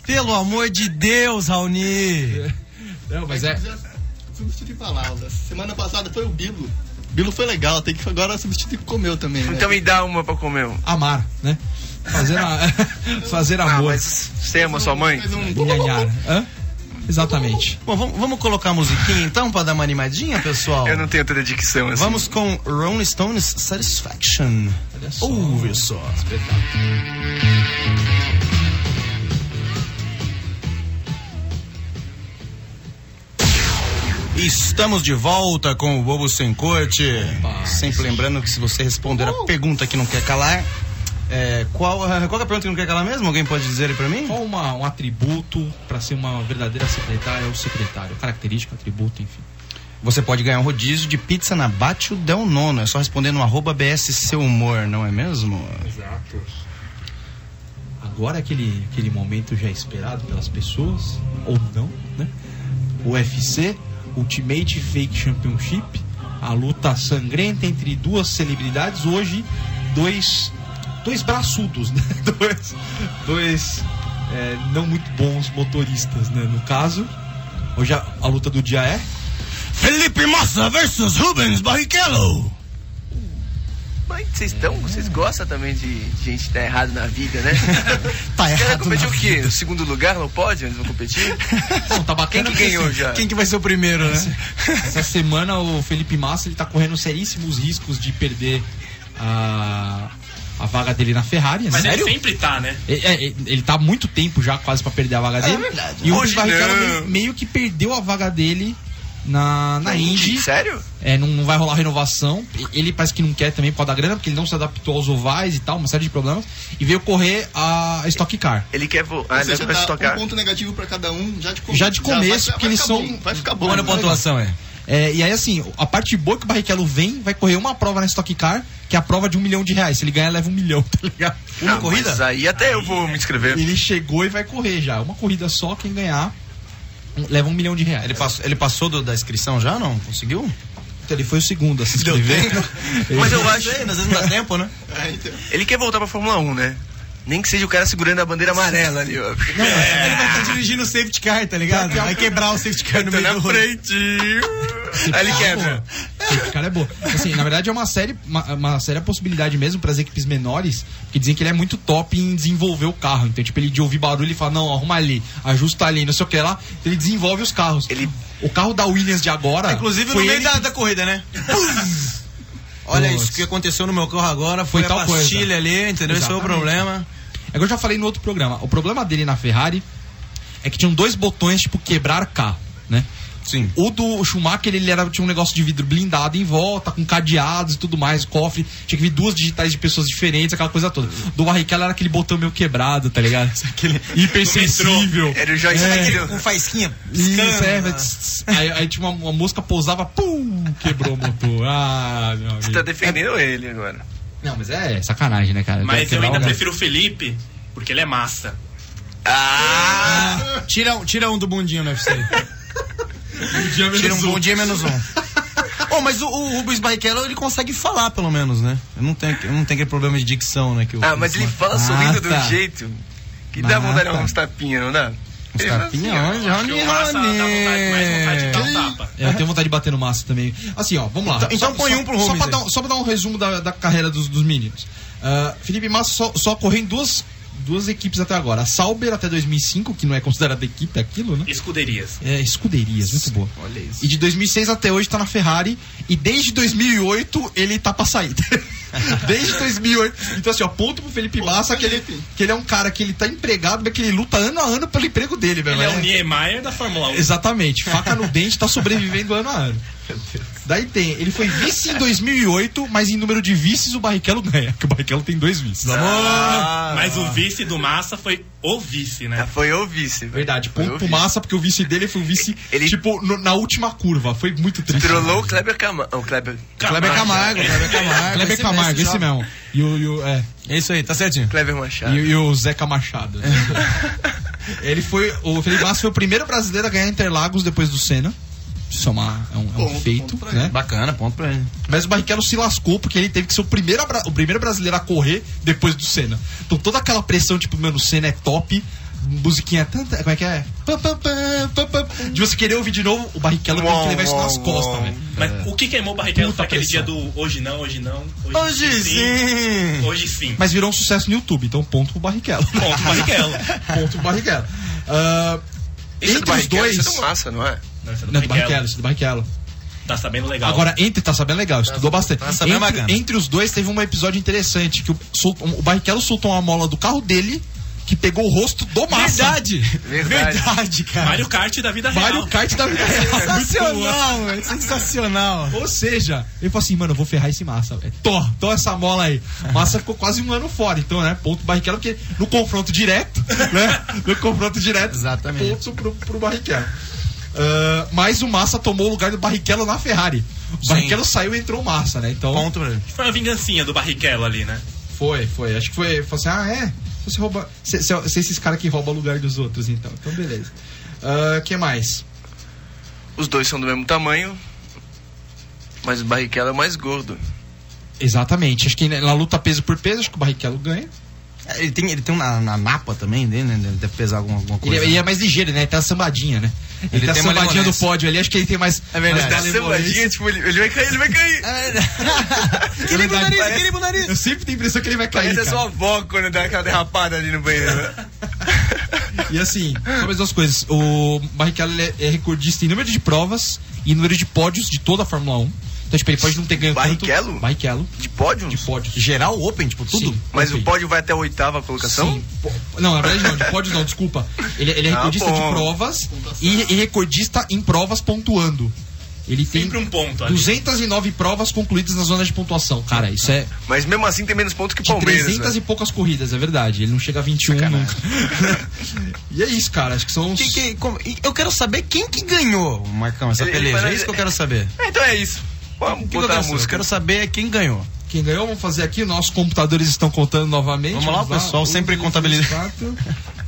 [SPEAKER 1] Pelo amor de Deus, Raoni!
[SPEAKER 2] Não, mas é...
[SPEAKER 4] Já Substituir palavras. Semana passada foi o Bilo. Bilo foi legal, tem que agora substituir comeu também. Né?
[SPEAKER 3] Então me dá uma pra comer. um.
[SPEAKER 2] Amar, né? Fazer, a- <laughs> fazer
[SPEAKER 3] Ah,
[SPEAKER 2] amor.
[SPEAKER 3] mas você ama sua mãe?
[SPEAKER 4] Mais um-
[SPEAKER 2] Nhanhara. Hã? Exatamente.
[SPEAKER 1] Bom, vamos, vamos colocar a musiquinha então pra dar uma animadinha, pessoal?
[SPEAKER 3] Eu não tenho tanta dicção assim.
[SPEAKER 1] Vamos com Rolling Stones Satisfaction. Ouve só. Estamos de volta com o Bobo Sem Corte. Sempre lembrando que se você responder a pergunta que não quer calar, é, qual, qual que é a pergunta que não quer calar mesmo? Alguém pode dizer aí pra mim?
[SPEAKER 2] Qual uma- um atributo pra ser uma verdadeira secretária ou secretário? Característica, atributo, enfim.
[SPEAKER 1] Você pode ganhar um rodízio de pizza na Bátio Del Nono. É só responder no arroba BS Seu Humor, não é mesmo?
[SPEAKER 2] Agora aquele, aquele momento já é esperado pelas pessoas, ou não, né? O UFC, Ultimate Fake Championship, a luta sangrenta entre duas celebridades, hoje dois, dois braçudos, <laughs> né? Dois, dois é, não muito bons motoristas, né? No caso, hoje a, a luta do dia é
[SPEAKER 1] Felipe Massa versus Rubens Barrichello.
[SPEAKER 3] Mas vocês estão. Vocês gostam também de, de gente que tá errado na vida, <laughs> né?
[SPEAKER 1] Tá
[SPEAKER 3] Os caras
[SPEAKER 1] errado.
[SPEAKER 3] competiram
[SPEAKER 1] né?
[SPEAKER 3] o quê? O segundo lugar no pódio? Eles vão <laughs> competir?
[SPEAKER 2] Não, tá
[SPEAKER 3] Quem
[SPEAKER 2] bacana
[SPEAKER 3] que
[SPEAKER 2] porque,
[SPEAKER 3] ganhou
[SPEAKER 2] assim,
[SPEAKER 3] já?
[SPEAKER 1] Quem que vai ser o primeiro, né?
[SPEAKER 2] Essa semana o Felipe Massa ele tá correndo seríssimos riscos de perder a, a vaga dele na Ferrari. é
[SPEAKER 5] Mas
[SPEAKER 2] sério?
[SPEAKER 5] ele sempre tá, né?
[SPEAKER 2] É, é, Ele, tá há muito tempo já quase pra perder a vaga dele.
[SPEAKER 1] verdade.
[SPEAKER 2] E o
[SPEAKER 3] É Hoje
[SPEAKER 2] Rubens Barrichello
[SPEAKER 3] não.
[SPEAKER 2] meio, meio que perdeu a vaga dele na, na Indy.
[SPEAKER 3] Sério?
[SPEAKER 2] É, não, não vai rolar renovação. E- Ele parece que não quer também por causa da grana, porque ele não se adaptou aos ovais e tal, uma série de problemas. E veio correr a Stock Car.
[SPEAKER 3] Ele quer voar. Ah,
[SPEAKER 4] Ou
[SPEAKER 3] ele
[SPEAKER 4] seja,
[SPEAKER 3] vai se
[SPEAKER 4] dá
[SPEAKER 3] tocar.
[SPEAKER 4] um ponto negativo pra cada um já de começo.
[SPEAKER 2] Já de começo, porque eles
[SPEAKER 4] ficar
[SPEAKER 2] são-
[SPEAKER 4] bom, vai ficar bom.
[SPEAKER 1] Olha a
[SPEAKER 4] né?
[SPEAKER 1] pontuação, é.
[SPEAKER 2] É, e aí, assim, a parte boa que o Barrichello vem, vai correr uma prova na Stock Car, que é a prova de um milhão de reais. Se ele ganhar, leva um milhão, <laughs> tá ligado?
[SPEAKER 3] Ah, Mas aí até eu vou me inscrever.
[SPEAKER 2] Ele chegou e vai correr já. Uma corrida só, quem ganhar um- leva um milhão de reais.
[SPEAKER 1] Ele passou, ele passou do- da inscrição já, não? Conseguiu?
[SPEAKER 2] Então, ele foi o segundo a se
[SPEAKER 1] Deu
[SPEAKER 2] inscrever.
[SPEAKER 1] tempo?
[SPEAKER 3] Mas eu acho.
[SPEAKER 1] Sei, às vezes não dá tempo, <laughs> né?
[SPEAKER 4] É, então.
[SPEAKER 3] Ele quer voltar pra Fórmula 1, né? Nem que seja o cara segurando a bandeira amarela ali, <laughs> ó.
[SPEAKER 1] Ele vai estar dirigindo o safety car, é. tá ligado? Vai quebrar o safety car no
[SPEAKER 3] Tá
[SPEAKER 1] meio
[SPEAKER 3] na
[SPEAKER 1] do rolê.
[SPEAKER 3] <laughs> frente. Aí ele quebra.
[SPEAKER 2] Esse cara é bom. Assim, na verdade, é uma série, uma, uma séria possibilidade mesmo para as equipes menores, que dizem que ele é muito top em desenvolver o carro. Então, tipo, ele de ouvir barulho, ele fala, não, arruma ali, ajusta ali, não sei o que lá. Então, ele desenvolve os carros.
[SPEAKER 3] Ele-
[SPEAKER 2] O carro da Williams de agora.
[SPEAKER 1] É, Inclusive
[SPEAKER 2] foi
[SPEAKER 1] no meio
[SPEAKER 2] ele
[SPEAKER 1] da, da corrida, <laughs> né? Olha
[SPEAKER 2] Nossa.
[SPEAKER 1] isso que aconteceu no meu carro agora, foi,
[SPEAKER 2] Foi tal
[SPEAKER 1] a pastilha
[SPEAKER 2] coisa.
[SPEAKER 1] ali, entendeu? Esse foi o
[SPEAKER 2] Exatamente.
[SPEAKER 1] problema.
[SPEAKER 2] É que eu já falei no outro programa. O problema dele na Ferrari é que tinham dois botões, tipo, quebrar carro, né?
[SPEAKER 1] Sim.
[SPEAKER 2] O do Schumacher, ele era, tinha um negócio de vidro blindado em volta, com cadeados e tudo mais, cofre. Tinha que vir duas digitais de pessoas diferentes, aquela coisa toda. Do Barrichello era aquele botão meio quebrado, tá ligado? Aquele hipersensível. É.
[SPEAKER 3] Era o joystick.
[SPEAKER 1] Com faisquinha.
[SPEAKER 2] Isso, é,
[SPEAKER 1] Escana.
[SPEAKER 2] mas- aí, aí tinha uma, uma mosca pousava, pum, quebrou o motor. Ah, meu
[SPEAKER 3] Você tá
[SPEAKER 2] amigo.
[SPEAKER 3] defendendo ele agora.
[SPEAKER 2] Não, mas é sacanagem, né, cara?
[SPEAKER 5] Mas eu
[SPEAKER 2] Quebrar
[SPEAKER 5] ainda
[SPEAKER 2] o-
[SPEAKER 5] prefiro o Felipe, porque ele é massa.
[SPEAKER 3] Ah!
[SPEAKER 1] Tira, um- tira um do bundinho no UFC. tira um bom dia menos um. <laughs> Oh, mas o, o Rubens Barrichello, ele consegue falar, pelo menos, né? Não tem, não tem aquele problema de dicção, né? Que o-
[SPEAKER 3] Ah, mas ele fala
[SPEAKER 2] Ah,
[SPEAKER 3] sorrindo de
[SPEAKER 2] tá.
[SPEAKER 3] um jeito que dá
[SPEAKER 2] Ah,
[SPEAKER 3] vontade de
[SPEAKER 2] tá.
[SPEAKER 3] arrumar uns tapinhas, não dá? Ele fala
[SPEAKER 1] Tapinha,
[SPEAKER 3] assim, ó.
[SPEAKER 1] olha,
[SPEAKER 5] Porque
[SPEAKER 1] Rony,
[SPEAKER 5] o massa dá vontade, mais vontade de dar um tapa.
[SPEAKER 2] É, eu tenho vontade de bater no massa também. Assim, ó, vamos lá.
[SPEAKER 1] Então- então
[SPEAKER 2] Só-
[SPEAKER 1] põe
[SPEAKER 2] só-
[SPEAKER 1] um pro
[SPEAKER 2] só
[SPEAKER 1] Rubens
[SPEAKER 2] pra,
[SPEAKER 1] aí.
[SPEAKER 2] dar, um- só pra dar um resumo da, da carreira dos, dos meninos. Ah, Felipe Massa só, só correu em duas, duas equipes até agora. A Sauber até 2005, que não é considerada equipe, é aquilo, né?
[SPEAKER 5] Escuderias.
[SPEAKER 2] É, escuderias, muito boa. Olha isso. E de 2006 até hoje tá na Ferrari. E desde 2008 ele tá
[SPEAKER 1] <laughs>
[SPEAKER 2] pra sair. desde 2008. Então, assim, ó, ponto pro Felipe Massa, que ele,
[SPEAKER 4] Felipe.
[SPEAKER 2] que ele é um cara que ele tá empregado, mas que ele luta ano a ano pelo emprego
[SPEAKER 1] é um
[SPEAKER 2] dele, velho. É
[SPEAKER 5] Ele é o Niemeyer da Fórmula 1.
[SPEAKER 2] Exatamente. Faca no dente tá sobrevivendo ano a ano. Daí tem, ele foi vice em 2008, mas em número de vices o Barrichello ganha, que o Barrichello tem dois vices.
[SPEAKER 3] Ah,
[SPEAKER 5] Mas o vice do Massa foi o vice,
[SPEAKER 2] É.
[SPEAKER 5] né?
[SPEAKER 3] assim, Foi eu vice. velho.
[SPEAKER 2] Verdade,
[SPEAKER 3] Foi
[SPEAKER 2] ponto
[SPEAKER 3] o
[SPEAKER 2] pro
[SPEAKER 3] vice.
[SPEAKER 2] massa, porque o vice dele foi o vice,
[SPEAKER 3] Ele-
[SPEAKER 2] tipo, no- na última curva. Foi muito triste.
[SPEAKER 3] Trollou o Kleber Camargo. O Kleber.
[SPEAKER 1] Kleber Camargo, É. Kleber Camargo.
[SPEAKER 2] Kleber
[SPEAKER 1] esse
[SPEAKER 2] Camargo,
[SPEAKER 1] mesmo,
[SPEAKER 2] esse
[SPEAKER 1] já.
[SPEAKER 2] mesmo. E o, e o- é,
[SPEAKER 1] É isso aí, tá certinho.
[SPEAKER 3] Kleber Machado.
[SPEAKER 2] e, e o Zeca Machado. <laughs> ele foi, o Felipe Massa foi o primeiro brasileiro a ganhar Interlagos depois do Senna. Isso é, uma- é um, é um
[SPEAKER 4] Ponto,
[SPEAKER 2] feito,
[SPEAKER 4] ponto pra
[SPEAKER 2] né?
[SPEAKER 1] Bacana, ponto pra ele.
[SPEAKER 2] Mas o Barrichello se lascou porque ele teve que ser o primeiro, abra- o primeiro brasileiro a correr depois do Senna. Então toda aquela pressão, tipo, mano, o Senna é top, musiquinha tanta. Como é que é? Pam, pam, pam, pam, pam. De você querer ouvir de novo, o Barrichello tem que levar isso nas costas, velho.
[SPEAKER 5] Mas o que queimou o Barrichello
[SPEAKER 2] Puta
[SPEAKER 5] foi aquele
[SPEAKER 2] pressão.
[SPEAKER 5] dia do hoje não, hoje não, hoje,
[SPEAKER 1] Hoje sim.
[SPEAKER 5] Hoje sim.
[SPEAKER 2] Mas virou um sucesso no YouTube, então ponto pro Barrichello. <laughs>
[SPEAKER 5] Ponto Barrichello.
[SPEAKER 2] ponto
[SPEAKER 3] <laughs>
[SPEAKER 2] pro Barrichello. Ah,
[SPEAKER 3] Esse é do
[SPEAKER 2] entre os
[SPEAKER 3] Barrichello,
[SPEAKER 2] dois.
[SPEAKER 3] esse é do Massa, não é?
[SPEAKER 5] Não, esse é do
[SPEAKER 2] Não, do Barrichello,
[SPEAKER 5] Barrichello.
[SPEAKER 2] isso é do Barrichello.
[SPEAKER 5] Tá sabendo legal.
[SPEAKER 2] Agora, entre, tá sabendo legal, estudou bastante.
[SPEAKER 1] tá sabendo bacana.
[SPEAKER 2] entre, entre os dois teve um episódio interessante que o, sol- o Barrichello soltou uma mola do carro dele que pegou o rosto do Massa. <laughs>
[SPEAKER 1] Verdade.
[SPEAKER 3] Verdade.
[SPEAKER 1] cara.
[SPEAKER 5] Mario Kart da vida
[SPEAKER 2] Mario
[SPEAKER 5] real.
[SPEAKER 2] Kart da vida real.
[SPEAKER 1] É Sensacional, velho. Sensacional.
[SPEAKER 2] Ou seja, ele falou assim, mano, eu vou ferrar esse Massa. velho. Tó, tó essa mola aí. Massa ficou quase um ano fora, então, né? Ponto pro Barrichello, porque no confronto direto, <laughs> né? No confronto direto,
[SPEAKER 1] Exatamente.
[SPEAKER 2] ponto pro, pro Barrichello. Ah, mas o Massa tomou o lugar do Barrichello na Ferrari. O Barrichello saiu e entrou o Massa, né? Então,
[SPEAKER 1] Ponto pra ele.
[SPEAKER 5] Foi uma vingancinha do Barrichello ali, né?
[SPEAKER 2] Foi, foi. Acho que foi. Falou assim: ah, é? Você rouba. Você você- é esses caras que roubam o lugar dos outros, então. Então, beleza. O que mais?
[SPEAKER 3] Os dois são do mesmo tamanho. Mas o Barrichello é o mais gordo.
[SPEAKER 2] Exatamente. Acho que né, na luta peso por peso, acho que o Barrichello ganha.
[SPEAKER 1] É, Ele tem, ele tem um na, na napa também dele, né? Ele deve pesar alguma, alguma
[SPEAKER 2] Ele,
[SPEAKER 1] coisa.
[SPEAKER 2] ele é mais ligeiro, né? Ele tá sambadinha, né? Ele,
[SPEAKER 1] Ele
[SPEAKER 2] tá
[SPEAKER 1] tem uma
[SPEAKER 2] sambadinha do
[SPEAKER 1] lemonense.
[SPEAKER 2] pódio ali. Acho que ele tem mais.
[SPEAKER 1] É verdade.
[SPEAKER 2] mais
[SPEAKER 3] Essa sambadinha, tipo, ele, ele vai cair, ele vai cair.
[SPEAKER 2] É,
[SPEAKER 1] Que limpa o nariz,
[SPEAKER 2] Parece-
[SPEAKER 1] que limpa o nariz.
[SPEAKER 2] Eu sempre tenho a impressão que ele vai cair.
[SPEAKER 3] Parece a
[SPEAKER 2] cara.
[SPEAKER 3] sua avó quando dá aquela derrapada ali no banheiro. né?
[SPEAKER 2] E assim, só mais duas coisas. O Barrichello ele é- é recordista em número de provas e em número de pódios de toda a Fórmula 1. Então, tipo, ele pode não ter ganho
[SPEAKER 3] Barrichello?
[SPEAKER 2] tanto. Barrichello?
[SPEAKER 3] De pódio?
[SPEAKER 2] De pódios.
[SPEAKER 1] Geral open, tipo, tudo.
[SPEAKER 2] Sim,
[SPEAKER 3] Mas
[SPEAKER 2] perfeito.
[SPEAKER 3] o pódio vai até a oitava colocação?
[SPEAKER 2] Sim. po- Não, na verdade não, de pódios não, desculpa. Ele, ele é
[SPEAKER 3] Ah,
[SPEAKER 2] recordista de
[SPEAKER 3] bom.
[SPEAKER 2] provas e, e recordista em provas pontuando. Ele tem
[SPEAKER 5] Sempre um ponto ali.
[SPEAKER 2] 209 provas concluídas na zona de pontuação. Cara, isso é
[SPEAKER 3] Mas mesmo assim tem menos pontos que o
[SPEAKER 2] de
[SPEAKER 3] Palmeiras.
[SPEAKER 2] 300
[SPEAKER 3] né?
[SPEAKER 2] e poucas corridas, é verdade. Ele não chega a 21 nunca. <laughs> e é isso, cara. Acho que são uns...
[SPEAKER 1] Quem- quem- como- e eu quero saber quem que ganhou, Marcão, essa
[SPEAKER 3] Ele- ele
[SPEAKER 1] peleja. É
[SPEAKER 3] parece-
[SPEAKER 1] isso que eu quero saber.
[SPEAKER 3] É, Então é isso. Vamos
[SPEAKER 1] O que eu quero
[SPEAKER 3] botar a
[SPEAKER 1] saber? Eu
[SPEAKER 3] música.
[SPEAKER 1] quero saber quem ganhou.
[SPEAKER 2] Quem ganhou, vamos fazer aqui. Nossos computadores estão contando novamente. Um,
[SPEAKER 1] Vamos lá, o pessoal sempre contabiliza.
[SPEAKER 2] 4,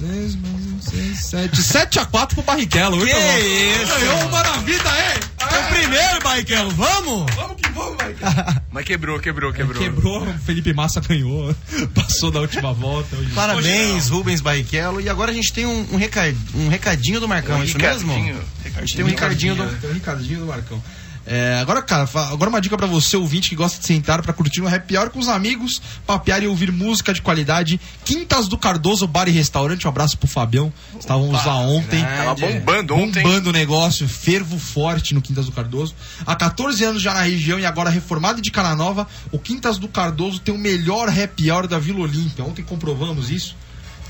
[SPEAKER 2] 10, mais um, 6, 7. 7 a 4 pro Barrichello. muito
[SPEAKER 1] Que
[SPEAKER 2] bom.
[SPEAKER 1] isso? É
[SPEAKER 2] Ganhou o Maravilha, hein?
[SPEAKER 1] O primeiro, Barrichello, vamos!
[SPEAKER 3] Mas quebrou,
[SPEAKER 1] É,
[SPEAKER 3] quebrou, quebrou.
[SPEAKER 2] Quebrou, o Felipe Massa ganhou, <laughs> passou da última volta. hoje.
[SPEAKER 1] Parabéns, Rubens Barrichello. E agora a gente tem um, um reca- um recadinho do Marcão, é isso mesmo?
[SPEAKER 3] Ricardinho.
[SPEAKER 1] A gente tem um recadinho do.
[SPEAKER 2] Tem o Ricardinho do Marcão. É, agora, cara, fa- agora uma dica pra você, ouvinte que gosta de sentar pra curtir um happy hour com os amigos, papear e ouvir música de qualidade. Quintas do Cardoso Bar e Restaurante. Um abraço pro Fabião. Estávamos lá ontem.
[SPEAKER 3] Tava bombando ontem.
[SPEAKER 2] Bombando o negócio, fervo forte no Quintas do Cardoso. Há 14 anos já na região e agora reformado de Cana Nova, o Quintas do Cardoso tem o melhor happy hour da Vila Olímpia. Ontem comprovamos isso.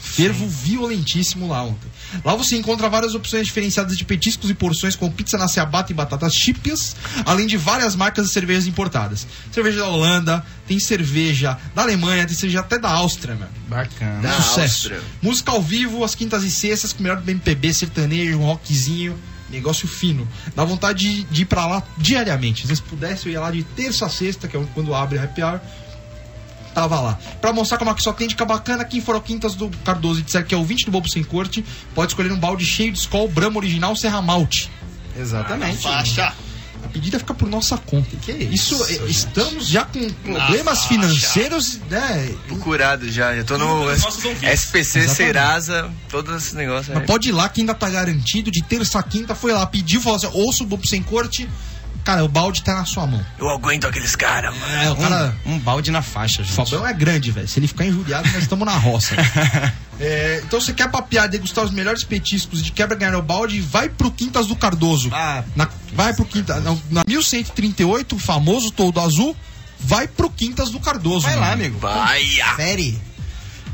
[SPEAKER 2] Fervo violentíssimo lá ontem. Lá você encontra várias opções diferenciadas de petiscos e porções com pizza na ciabatta e batatas chípias, além de várias marcas de cervejas importadas. Cerveja da Holanda, tem cerveja da Alemanha, tem cerveja até da Áustria, meu.
[SPEAKER 1] Bacana.
[SPEAKER 3] Da
[SPEAKER 2] Sucesso.
[SPEAKER 3] Áustria.
[SPEAKER 2] Música ao vivo, às quintas e sextas, com o melhor do MPB, sertanejo, um rockzinho, negócio fino. Dá vontade de, de ir pra lá diariamente. Se vocês pudessem, eu ia lá de terça a sexta, que é quando abre a happy hour. Tava lá. Pra mostrar como é que só tem dica bacana, quem for ao Quintas do Cardoso e disser que é ouvinte do Bobo Sem Corte, pode escolher um balde cheio de Skol, Brahma Original, Serra Malte. Tá
[SPEAKER 1] Exatamente.
[SPEAKER 2] assim.
[SPEAKER 4] Faixa.
[SPEAKER 2] A pedida fica por nossa conta.
[SPEAKER 1] Que
[SPEAKER 2] isso,
[SPEAKER 1] isso,
[SPEAKER 2] é- estamos já com problemas
[SPEAKER 4] faixa.
[SPEAKER 2] financeiros, né?
[SPEAKER 3] Tô curado já, já tô no
[SPEAKER 5] pelos nossos ouvintes.
[SPEAKER 3] SPC,
[SPEAKER 2] Exatamente.
[SPEAKER 3] Serasa, todos esses negócios
[SPEAKER 2] Mas
[SPEAKER 3] aí.
[SPEAKER 2] pode ir lá que ainda tá garantido. De terça a quinta foi lá, pediu, falou assim: ouça o bobo sem corte. Cara, o balde tá na sua mão.
[SPEAKER 3] Eu aguento aqueles caras, mano.
[SPEAKER 2] É, o cara.
[SPEAKER 1] Um, um balde na faixa,
[SPEAKER 2] O
[SPEAKER 1] gente.
[SPEAKER 2] Fabão é grande, velho. Se ele ficar injuriado, nós estamos na <laughs> roça. É, então você quer papear, degustar os melhores petiscos e de quebra ganhar o balde, vai pro Quintas do Cardoso.
[SPEAKER 1] Ah,
[SPEAKER 2] Na- vai pro Quintas. Na, na 1138, o famoso Toldo Azul, vai pro Quintas do Cardoso.
[SPEAKER 1] vai
[SPEAKER 2] meu
[SPEAKER 1] lá,
[SPEAKER 2] amigo.
[SPEAKER 1] amigo.
[SPEAKER 3] Vai!
[SPEAKER 1] Confere.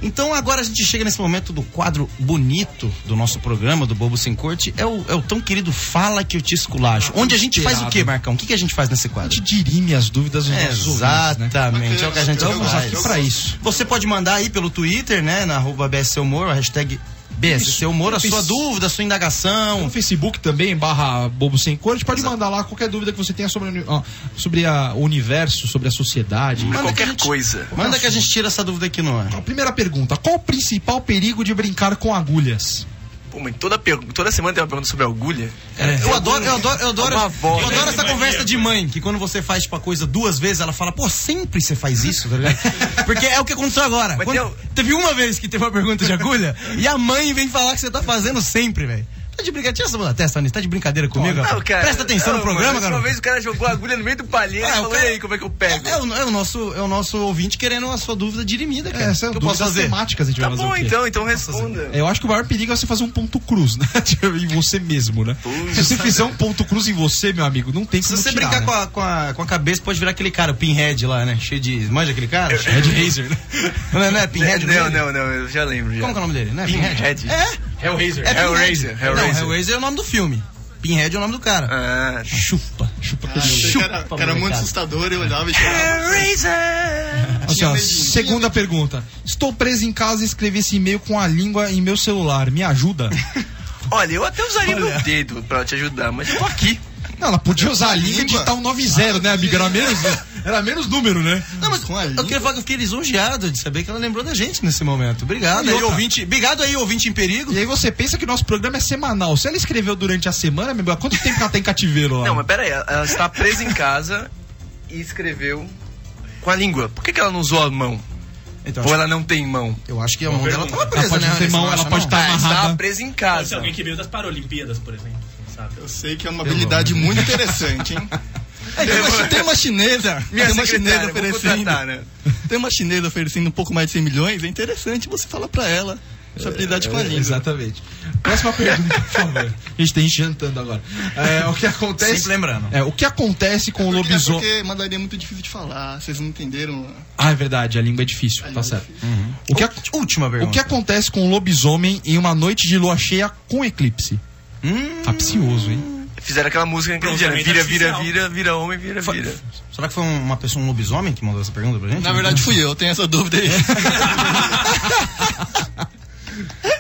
[SPEAKER 1] Então agora a gente chega nesse momento do quadro bonito do nosso programa, do Bobo Sem Corte, é o, é o tão querido Fala Que Eu Te Esculacho. Onde a gente faz o quê, Marcão? O que, que a gente faz nesse
[SPEAKER 2] A
[SPEAKER 1] quadro? É,
[SPEAKER 2] gente dirime as dúvidas dos nossos ouvintes, né?
[SPEAKER 1] Exatamente, é o que a gente
[SPEAKER 2] Estamos
[SPEAKER 1] faz.
[SPEAKER 2] aqui pra isso.
[SPEAKER 1] Você pode mandar aí pelo Twitter, né? Na arroba BSC Humor, a hashtag BSC Humor, a
[SPEAKER 2] Isso.
[SPEAKER 1] sua dúvida, a sua
[SPEAKER 2] No
[SPEAKER 1] indagação.
[SPEAKER 2] Facebook também, barra Bobo Sem Cor, a gente pode mandar lá qualquer dúvida que você tenha sobre, a uni- ó, sobre a- o universo, sobre a sociedade.
[SPEAKER 1] Manda que a
[SPEAKER 3] Qualquer
[SPEAKER 1] gente-
[SPEAKER 3] coisa.
[SPEAKER 1] Manda que a gente tira essa dúvida aqui no ar.
[SPEAKER 2] A primeira pergunta, qual o principal perigo de brincar com agulhas?
[SPEAKER 3] Pô, mas toda, pergu- toda semana tem uma pergunta sobre agulha.
[SPEAKER 1] É. Eu adoro, eu adoro, eu adoro.
[SPEAKER 3] É. Uma avó,
[SPEAKER 1] eu
[SPEAKER 3] né?
[SPEAKER 1] adoro essa conversa de mãe, que quando você faz, tipo, a coisa duas vezes, ela fala, pô, sempre você faz isso, tá ligado? Porque é o que aconteceu agora.
[SPEAKER 3] Mas
[SPEAKER 1] Quando-
[SPEAKER 3] tem o-
[SPEAKER 1] Teve uma vez que teve uma pergunta de agulha e a mãe vem falar que você tá fazendo sempre, velho. Tá de brincadeira, tira essa mão da testa, Anis, tá de brincadeira comigo?
[SPEAKER 3] Não,
[SPEAKER 1] rapaz?
[SPEAKER 3] cara.
[SPEAKER 1] Presta atenção
[SPEAKER 3] Não,
[SPEAKER 1] no programa,
[SPEAKER 3] mano,
[SPEAKER 1] cara.
[SPEAKER 3] Uma vez o cara jogou a agulha no meio do palheiro e
[SPEAKER 1] É, o
[SPEAKER 3] falou,
[SPEAKER 1] cara-
[SPEAKER 3] "E aí, como é que eu pego?
[SPEAKER 1] É, o, é o nosso, é o nosso ouvinte querendo a sua dúvida dirimida, cara.
[SPEAKER 2] Essa é
[SPEAKER 1] o que eu
[SPEAKER 2] dúvidas
[SPEAKER 1] posso fazer?
[SPEAKER 2] temáticas a gente
[SPEAKER 3] tá
[SPEAKER 2] vai fazer
[SPEAKER 3] bom,
[SPEAKER 2] o quê?
[SPEAKER 3] então, então responda.
[SPEAKER 2] Eu acho que o maior perigo é você fazer um ponto cruz, né? <laughs> em você mesmo, né? Se você fizer um ponto cruz em você, meu amigo, não tem
[SPEAKER 1] Se
[SPEAKER 2] como
[SPEAKER 1] você
[SPEAKER 2] tirar,
[SPEAKER 1] brincar
[SPEAKER 2] né?
[SPEAKER 1] com, a, com, a, com a cabeça, pode virar aquele cara, o Pinhead lá, né? Cheio de. Manja aquele cara?
[SPEAKER 2] Red Razer, né?
[SPEAKER 1] Não, é- não é Pinhead?
[SPEAKER 3] não,
[SPEAKER 1] é?
[SPEAKER 3] não, não, eu já lembro. Já.
[SPEAKER 1] Como que é o nome dele? Não é
[SPEAKER 3] Pinhead.
[SPEAKER 5] É o Razer.
[SPEAKER 1] É
[SPEAKER 3] Hellraiser,
[SPEAKER 1] Pinhead. Não,
[SPEAKER 3] Hellraiser.
[SPEAKER 1] Hellraiser é o nome do filme. Pinhead é o nome do cara.
[SPEAKER 3] Ah,
[SPEAKER 1] Chupa.
[SPEAKER 2] Chupa
[SPEAKER 4] Ah,
[SPEAKER 2] aquele
[SPEAKER 4] eu sei que era,
[SPEAKER 1] Chupa,
[SPEAKER 4] que era muito
[SPEAKER 1] molecada.
[SPEAKER 4] assustador, eu olhava e
[SPEAKER 3] É.
[SPEAKER 4] chorava.
[SPEAKER 2] Assim, ó,
[SPEAKER 4] medinho, tinha
[SPEAKER 2] segunda pergunta. Estou preso em casa e escrevi esse e-mail com a língua em meu celular. Me <laughs> ajuda?
[SPEAKER 3] Olha, eu até usaria meu dedo pra te ajudar, mas eu tô aqui.
[SPEAKER 2] Não, ela podia usar a língua e
[SPEAKER 4] Língua?
[SPEAKER 2] digitar um 90, né, amiga? Era menos, era menos número, né?
[SPEAKER 1] Não, mas
[SPEAKER 4] Com a
[SPEAKER 1] eu
[SPEAKER 4] língua.
[SPEAKER 1] queria falar que eu fiquei lisonjeado de saber que ela lembrou da gente nesse momento. Obrigado
[SPEAKER 2] E
[SPEAKER 1] aí,
[SPEAKER 2] outra.
[SPEAKER 1] ouvinte. Obrigado aí, ouvinte em perigo.
[SPEAKER 2] E aí você pensa que nosso programa é semanal. Se ela escreveu durante a semana, meu, há quanto tempo ela tá em cativeiro lá?
[SPEAKER 3] Não, mas pera aí, ela- ela está presa em casa e escreveu com a língua. Por que, que ela não usou a mão?
[SPEAKER 1] Então,
[SPEAKER 3] Ou ela não tem mão?
[SPEAKER 1] eu acho que a mão dela
[SPEAKER 5] pergunta.
[SPEAKER 1] tava
[SPEAKER 2] ela
[SPEAKER 1] presa,
[SPEAKER 2] pode
[SPEAKER 1] né?
[SPEAKER 2] não ter
[SPEAKER 1] Você
[SPEAKER 2] mão, ela
[SPEAKER 1] acha,
[SPEAKER 2] pode
[SPEAKER 1] não?
[SPEAKER 2] estar
[SPEAKER 3] Ah,
[SPEAKER 2] amarrada.
[SPEAKER 3] estava presa em
[SPEAKER 5] Pode ser
[SPEAKER 3] casa.
[SPEAKER 5] é alguém que veio das Paralimpíadas, por exemplo. assim, Sabe?
[SPEAKER 4] Eu sei que é uma habilidade muito interessante, hein? <laughs> É, tem,
[SPEAKER 3] Demora.
[SPEAKER 4] uma, tem uma <laughs> chinesa,
[SPEAKER 3] Minha
[SPEAKER 4] tem uma
[SPEAKER 3] secretária,
[SPEAKER 4] chinesa
[SPEAKER 3] vou
[SPEAKER 4] oferecendo,
[SPEAKER 3] contratar, né?
[SPEAKER 4] tem uma chinesa oferecendo um pouco mais de 100 milhões, é interessante você falar pra ela essa habilidade
[SPEAKER 3] tá
[SPEAKER 4] com a língua.
[SPEAKER 2] Exatamente. Próxima pergunta, por favor. A gente tem gente jantando agora. É, o que acontece.
[SPEAKER 1] Sempre lembrando.
[SPEAKER 2] É, o que acontece com o
[SPEAKER 4] Porque,
[SPEAKER 2] lobisomem.
[SPEAKER 4] porque mandaria é muito difícil de falar, vocês não entenderam.
[SPEAKER 2] Ah, é verdade, a língua é difícil, tá
[SPEAKER 4] língua é
[SPEAKER 2] certo. O, que, ac-
[SPEAKER 1] Última
[SPEAKER 2] o
[SPEAKER 1] pergunta.
[SPEAKER 2] que acontece com o lobisomem em uma noite de lua cheia com eclipse? Hum. Capcioso, hein?
[SPEAKER 3] Fizeram aquela música naquele dia,
[SPEAKER 5] tá
[SPEAKER 3] né? vira, vira, vira, vira homem, vira, vira.
[SPEAKER 1] Será que foi uma pessoa, um lobisomem que mandou essa pergunta pra gente?
[SPEAKER 4] Na verdade fui eu, tenho essa dúvida <laughs> aí.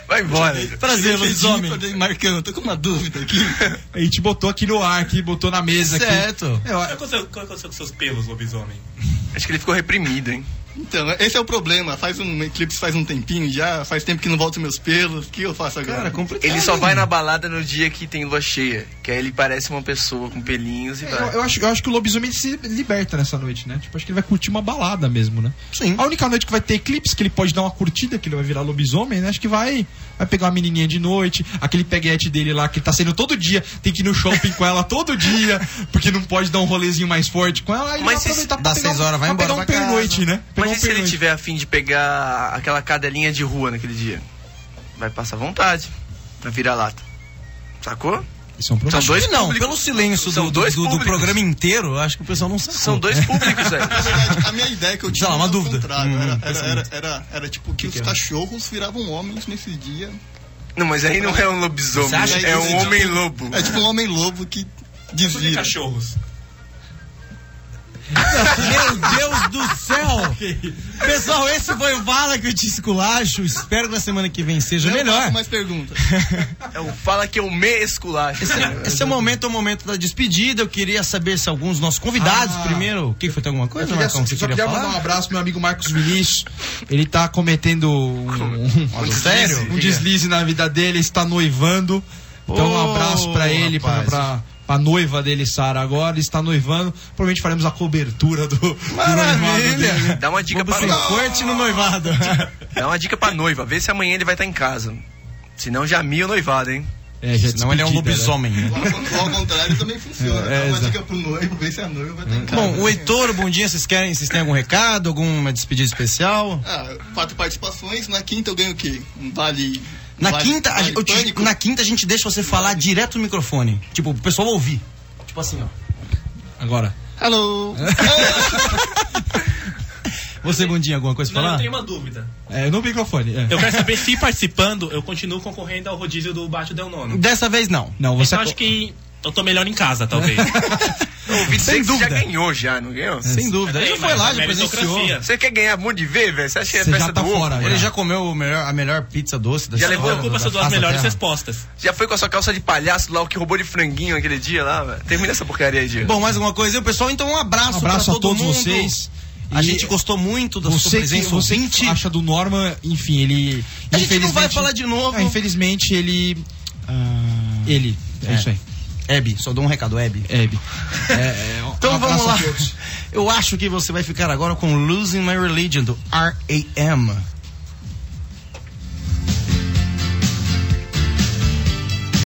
[SPEAKER 3] Vai embora.
[SPEAKER 1] Prazer, lobisomem.
[SPEAKER 4] Pedi, Marcão, eu tô com uma dúvida <laughs> aqui.
[SPEAKER 2] A gente botou aqui no ar, aqui, botou na mesa aqui.
[SPEAKER 1] Certo.
[SPEAKER 2] É, ó,
[SPEAKER 5] O que aconteceu, o que aconteceu com seus pelos, lobisomem?
[SPEAKER 3] Acho que ele ficou reprimido, hein?
[SPEAKER 4] Então, esse é o problema. Faz um eclipse faz um tempinho já, faz tempo que não volto meus pelos. O que eu faço agora?
[SPEAKER 1] Cara, complicado.
[SPEAKER 3] Ele só vai na balada no dia que tem lua cheia. Que aí ele parece uma pessoa com pelinhos e
[SPEAKER 2] É, Eu,
[SPEAKER 3] vai.
[SPEAKER 2] eu acho, eu acho que o lobisomem ele se liberta nessa noite, né? Tipo, acho que ele vai curtir uma balada mesmo, né?
[SPEAKER 1] Sim.
[SPEAKER 2] A única noite que vai ter eclipse, que ele pode dar uma curtida, que ele vai virar lobisomem, né? Acho que vai, vai pegar uma menininha de noite, aquele peguete dele lá, que ele tá saindo todo dia, tem que ir no shopping com ela todo dia, <laughs> porque não pode dar um rolezinho mais forte com ela. Aí
[SPEAKER 3] Mas
[SPEAKER 2] vai
[SPEAKER 3] se-
[SPEAKER 2] aproveitar pra
[SPEAKER 1] dá
[SPEAKER 2] pegar
[SPEAKER 1] seis
[SPEAKER 2] um-
[SPEAKER 1] horas, vai
[SPEAKER 2] pra
[SPEAKER 1] embora
[SPEAKER 2] pegar
[SPEAKER 1] pra
[SPEAKER 2] um pernoite, né? Pegar
[SPEAKER 3] Mas
[SPEAKER 2] um
[SPEAKER 3] e se ele
[SPEAKER 2] pernoite.
[SPEAKER 3] tiver afim de pegar aquela cadelinha de rua naquele dia? Vai passar vontade pra virar lata. Sacou?
[SPEAKER 2] Isso é
[SPEAKER 3] São
[SPEAKER 2] um problema.
[SPEAKER 3] dois
[SPEAKER 1] Não,
[SPEAKER 3] públicos.
[SPEAKER 1] pelo silêncio
[SPEAKER 3] São
[SPEAKER 1] do, do,
[SPEAKER 3] dois
[SPEAKER 1] do- do
[SPEAKER 3] públicos.
[SPEAKER 1] programa inteiro, eu acho que o pessoal não sabe.
[SPEAKER 3] São
[SPEAKER 1] <laughs>
[SPEAKER 3] dois públicos, velho.
[SPEAKER 4] Na verdade, a minha ideia é que eu tinha
[SPEAKER 1] Sei lá, uma
[SPEAKER 4] era o
[SPEAKER 1] dúvida.
[SPEAKER 4] contrário.
[SPEAKER 1] Hum,
[SPEAKER 4] Era, era, era, era- era tipo que, os
[SPEAKER 1] é?
[SPEAKER 4] cachorros viravam homens nesse dia.
[SPEAKER 3] Não, mas aí não é um lobisomem,
[SPEAKER 1] Você acha
[SPEAKER 4] que
[SPEAKER 3] é
[SPEAKER 4] existe
[SPEAKER 3] um
[SPEAKER 4] um-
[SPEAKER 3] homem lobo.
[SPEAKER 4] É tipo um homem lobo que
[SPEAKER 5] Por que
[SPEAKER 4] desvira.
[SPEAKER 5] cachorros?
[SPEAKER 1] Meu Deus do
[SPEAKER 2] <laughs>
[SPEAKER 1] céu! Pessoal, esse foi o Bala que eu te esculacho. Espero que na semana que vem seja
[SPEAKER 4] Eu
[SPEAKER 1] melhor.
[SPEAKER 4] faço mais perguntas.
[SPEAKER 3] É o fala que eu me esculacho. <laughs>
[SPEAKER 1] Esse,
[SPEAKER 3] cara.
[SPEAKER 1] esse é o momento, é o momento da despedida. Eu queria saber se alguns dos nossos convidados primeiro. O que que foi? Tem alguma
[SPEAKER 2] Ah. Eu
[SPEAKER 1] coisa,
[SPEAKER 2] queria,
[SPEAKER 1] Marcão? que é Você
[SPEAKER 2] só
[SPEAKER 1] queria
[SPEAKER 2] queria
[SPEAKER 1] falar?
[SPEAKER 2] mandar um abraço pro meu amigo Marcos Vinícius. Ele tá cometendo um, um-
[SPEAKER 3] Um deslize.
[SPEAKER 1] sério?
[SPEAKER 2] um deslize na vida dele, está noivando. Então, um
[SPEAKER 1] Ô,
[SPEAKER 2] abraço pra ele, pra,
[SPEAKER 1] rapaz.
[SPEAKER 2] pra, pra noiva dele, Sara, agora. Ele está noivando. Provavelmente faremos a cobertura do. do
[SPEAKER 1] um
[SPEAKER 2] noivado dele.
[SPEAKER 3] Dá uma dica
[SPEAKER 1] Bobo
[SPEAKER 3] pra
[SPEAKER 1] sem
[SPEAKER 3] noiva.
[SPEAKER 1] corte no noivado.
[SPEAKER 3] Dá uma dica pra noiva. Vê se amanhã ele vai estar em casa. Senão já mia o noivado, hein?
[SPEAKER 2] <laughs> É, já
[SPEAKER 1] Não, ele é um
[SPEAKER 2] despedida,
[SPEAKER 1] lobisomem.
[SPEAKER 2] né?
[SPEAKER 1] né?
[SPEAKER 4] Ao, ao contrário também funciona.
[SPEAKER 2] É,
[SPEAKER 4] Dá uma
[SPEAKER 2] exato.
[SPEAKER 4] dica pro noivo, vê se a noiva vai ter né? em casa.
[SPEAKER 1] Uhum. Bom, o Heitor, bom dia. Vocês querem? Vocês têm algum recado? Alguma despedida especial?
[SPEAKER 4] Ah, quatro participações. Na quinta eu ganho o quê? Um vale. um
[SPEAKER 1] Na
[SPEAKER 4] vale-
[SPEAKER 1] quinta, a
[SPEAKER 4] vale
[SPEAKER 1] gente- eu te-
[SPEAKER 4] pânico?
[SPEAKER 1] na quinta a gente deixa você falar direto no microfone. Tipo, o pessoal ouvir. Tipo assim, ó. <laughs>
[SPEAKER 2] Agora.
[SPEAKER 4] Hello!
[SPEAKER 1] Você, Bundinha, alguma coisa pra
[SPEAKER 5] Não, eu
[SPEAKER 1] falar?
[SPEAKER 5] tenho uma dúvida.
[SPEAKER 2] É, no microfone. é.
[SPEAKER 5] Eu quero saber <laughs> se participando eu continuo concorrendo ao rodízio do Bate Del Nono.
[SPEAKER 1] Dessa vez não.
[SPEAKER 2] Não, você
[SPEAKER 5] Então acho que eu tô melhor em casa, <laughs> talvez.
[SPEAKER 3] Eu ouvi dizer
[SPEAKER 1] Sem
[SPEAKER 3] que você já
[SPEAKER 1] dúvida.
[SPEAKER 3] ganhou já, não ganhou?
[SPEAKER 1] Sem dúvida.
[SPEAKER 5] Tem,
[SPEAKER 1] Ele já é
[SPEAKER 5] mas
[SPEAKER 1] foi lá,
[SPEAKER 5] a
[SPEAKER 1] já presenciou.
[SPEAKER 5] meritocracia.
[SPEAKER 3] Você quer ganhar muito de ver, velho? Você acha que é
[SPEAKER 2] Você
[SPEAKER 3] festa
[SPEAKER 2] já tá
[SPEAKER 3] do ovo?
[SPEAKER 2] fora.
[SPEAKER 1] Ele
[SPEAKER 2] já.
[SPEAKER 1] já comeu o melhor- a melhor pizza doce da
[SPEAKER 3] Já
[SPEAKER 5] Não
[SPEAKER 1] história
[SPEAKER 5] se
[SPEAKER 3] levou
[SPEAKER 5] preocupa
[SPEAKER 1] da-
[SPEAKER 5] se eu dou
[SPEAKER 1] da
[SPEAKER 5] as
[SPEAKER 1] face da
[SPEAKER 5] melhores
[SPEAKER 1] terra.
[SPEAKER 5] respostas.
[SPEAKER 3] Já foi com a sua calça de palhaço lá, o que roubou de franguinho aquele dia lá, velho? Termina essa porcaria aí, Diego.
[SPEAKER 1] Bom, mais alguma coisa aí, pessoal? Então um abraço,
[SPEAKER 2] Um abraço
[SPEAKER 1] pra
[SPEAKER 2] a
[SPEAKER 1] todo
[SPEAKER 2] todos
[SPEAKER 1] mundo.
[SPEAKER 2] vocês.
[SPEAKER 1] A
[SPEAKER 2] E
[SPEAKER 1] gente gostou muito da sua
[SPEAKER 2] Você que,
[SPEAKER 1] né? presença
[SPEAKER 2] você que
[SPEAKER 1] ouvinte.
[SPEAKER 2] acha do Norma, enfim,
[SPEAKER 1] A
[SPEAKER 2] ele.
[SPEAKER 1] gente não vai
[SPEAKER 2] infelizmente-
[SPEAKER 1] falar de novo.
[SPEAKER 2] Ah, infelizmente, ele. Ele. É,
[SPEAKER 1] É.
[SPEAKER 2] isso aí.
[SPEAKER 1] Hebe, só dou um recado, Hebe.
[SPEAKER 2] Hebe. É, é,
[SPEAKER 1] <laughs>
[SPEAKER 2] um
[SPEAKER 1] Então vamos
[SPEAKER 2] abraço a
[SPEAKER 1] lá.
[SPEAKER 2] todos.
[SPEAKER 1] Eu acho que você vai ficar agora com Losing My Religion, do R.A.M.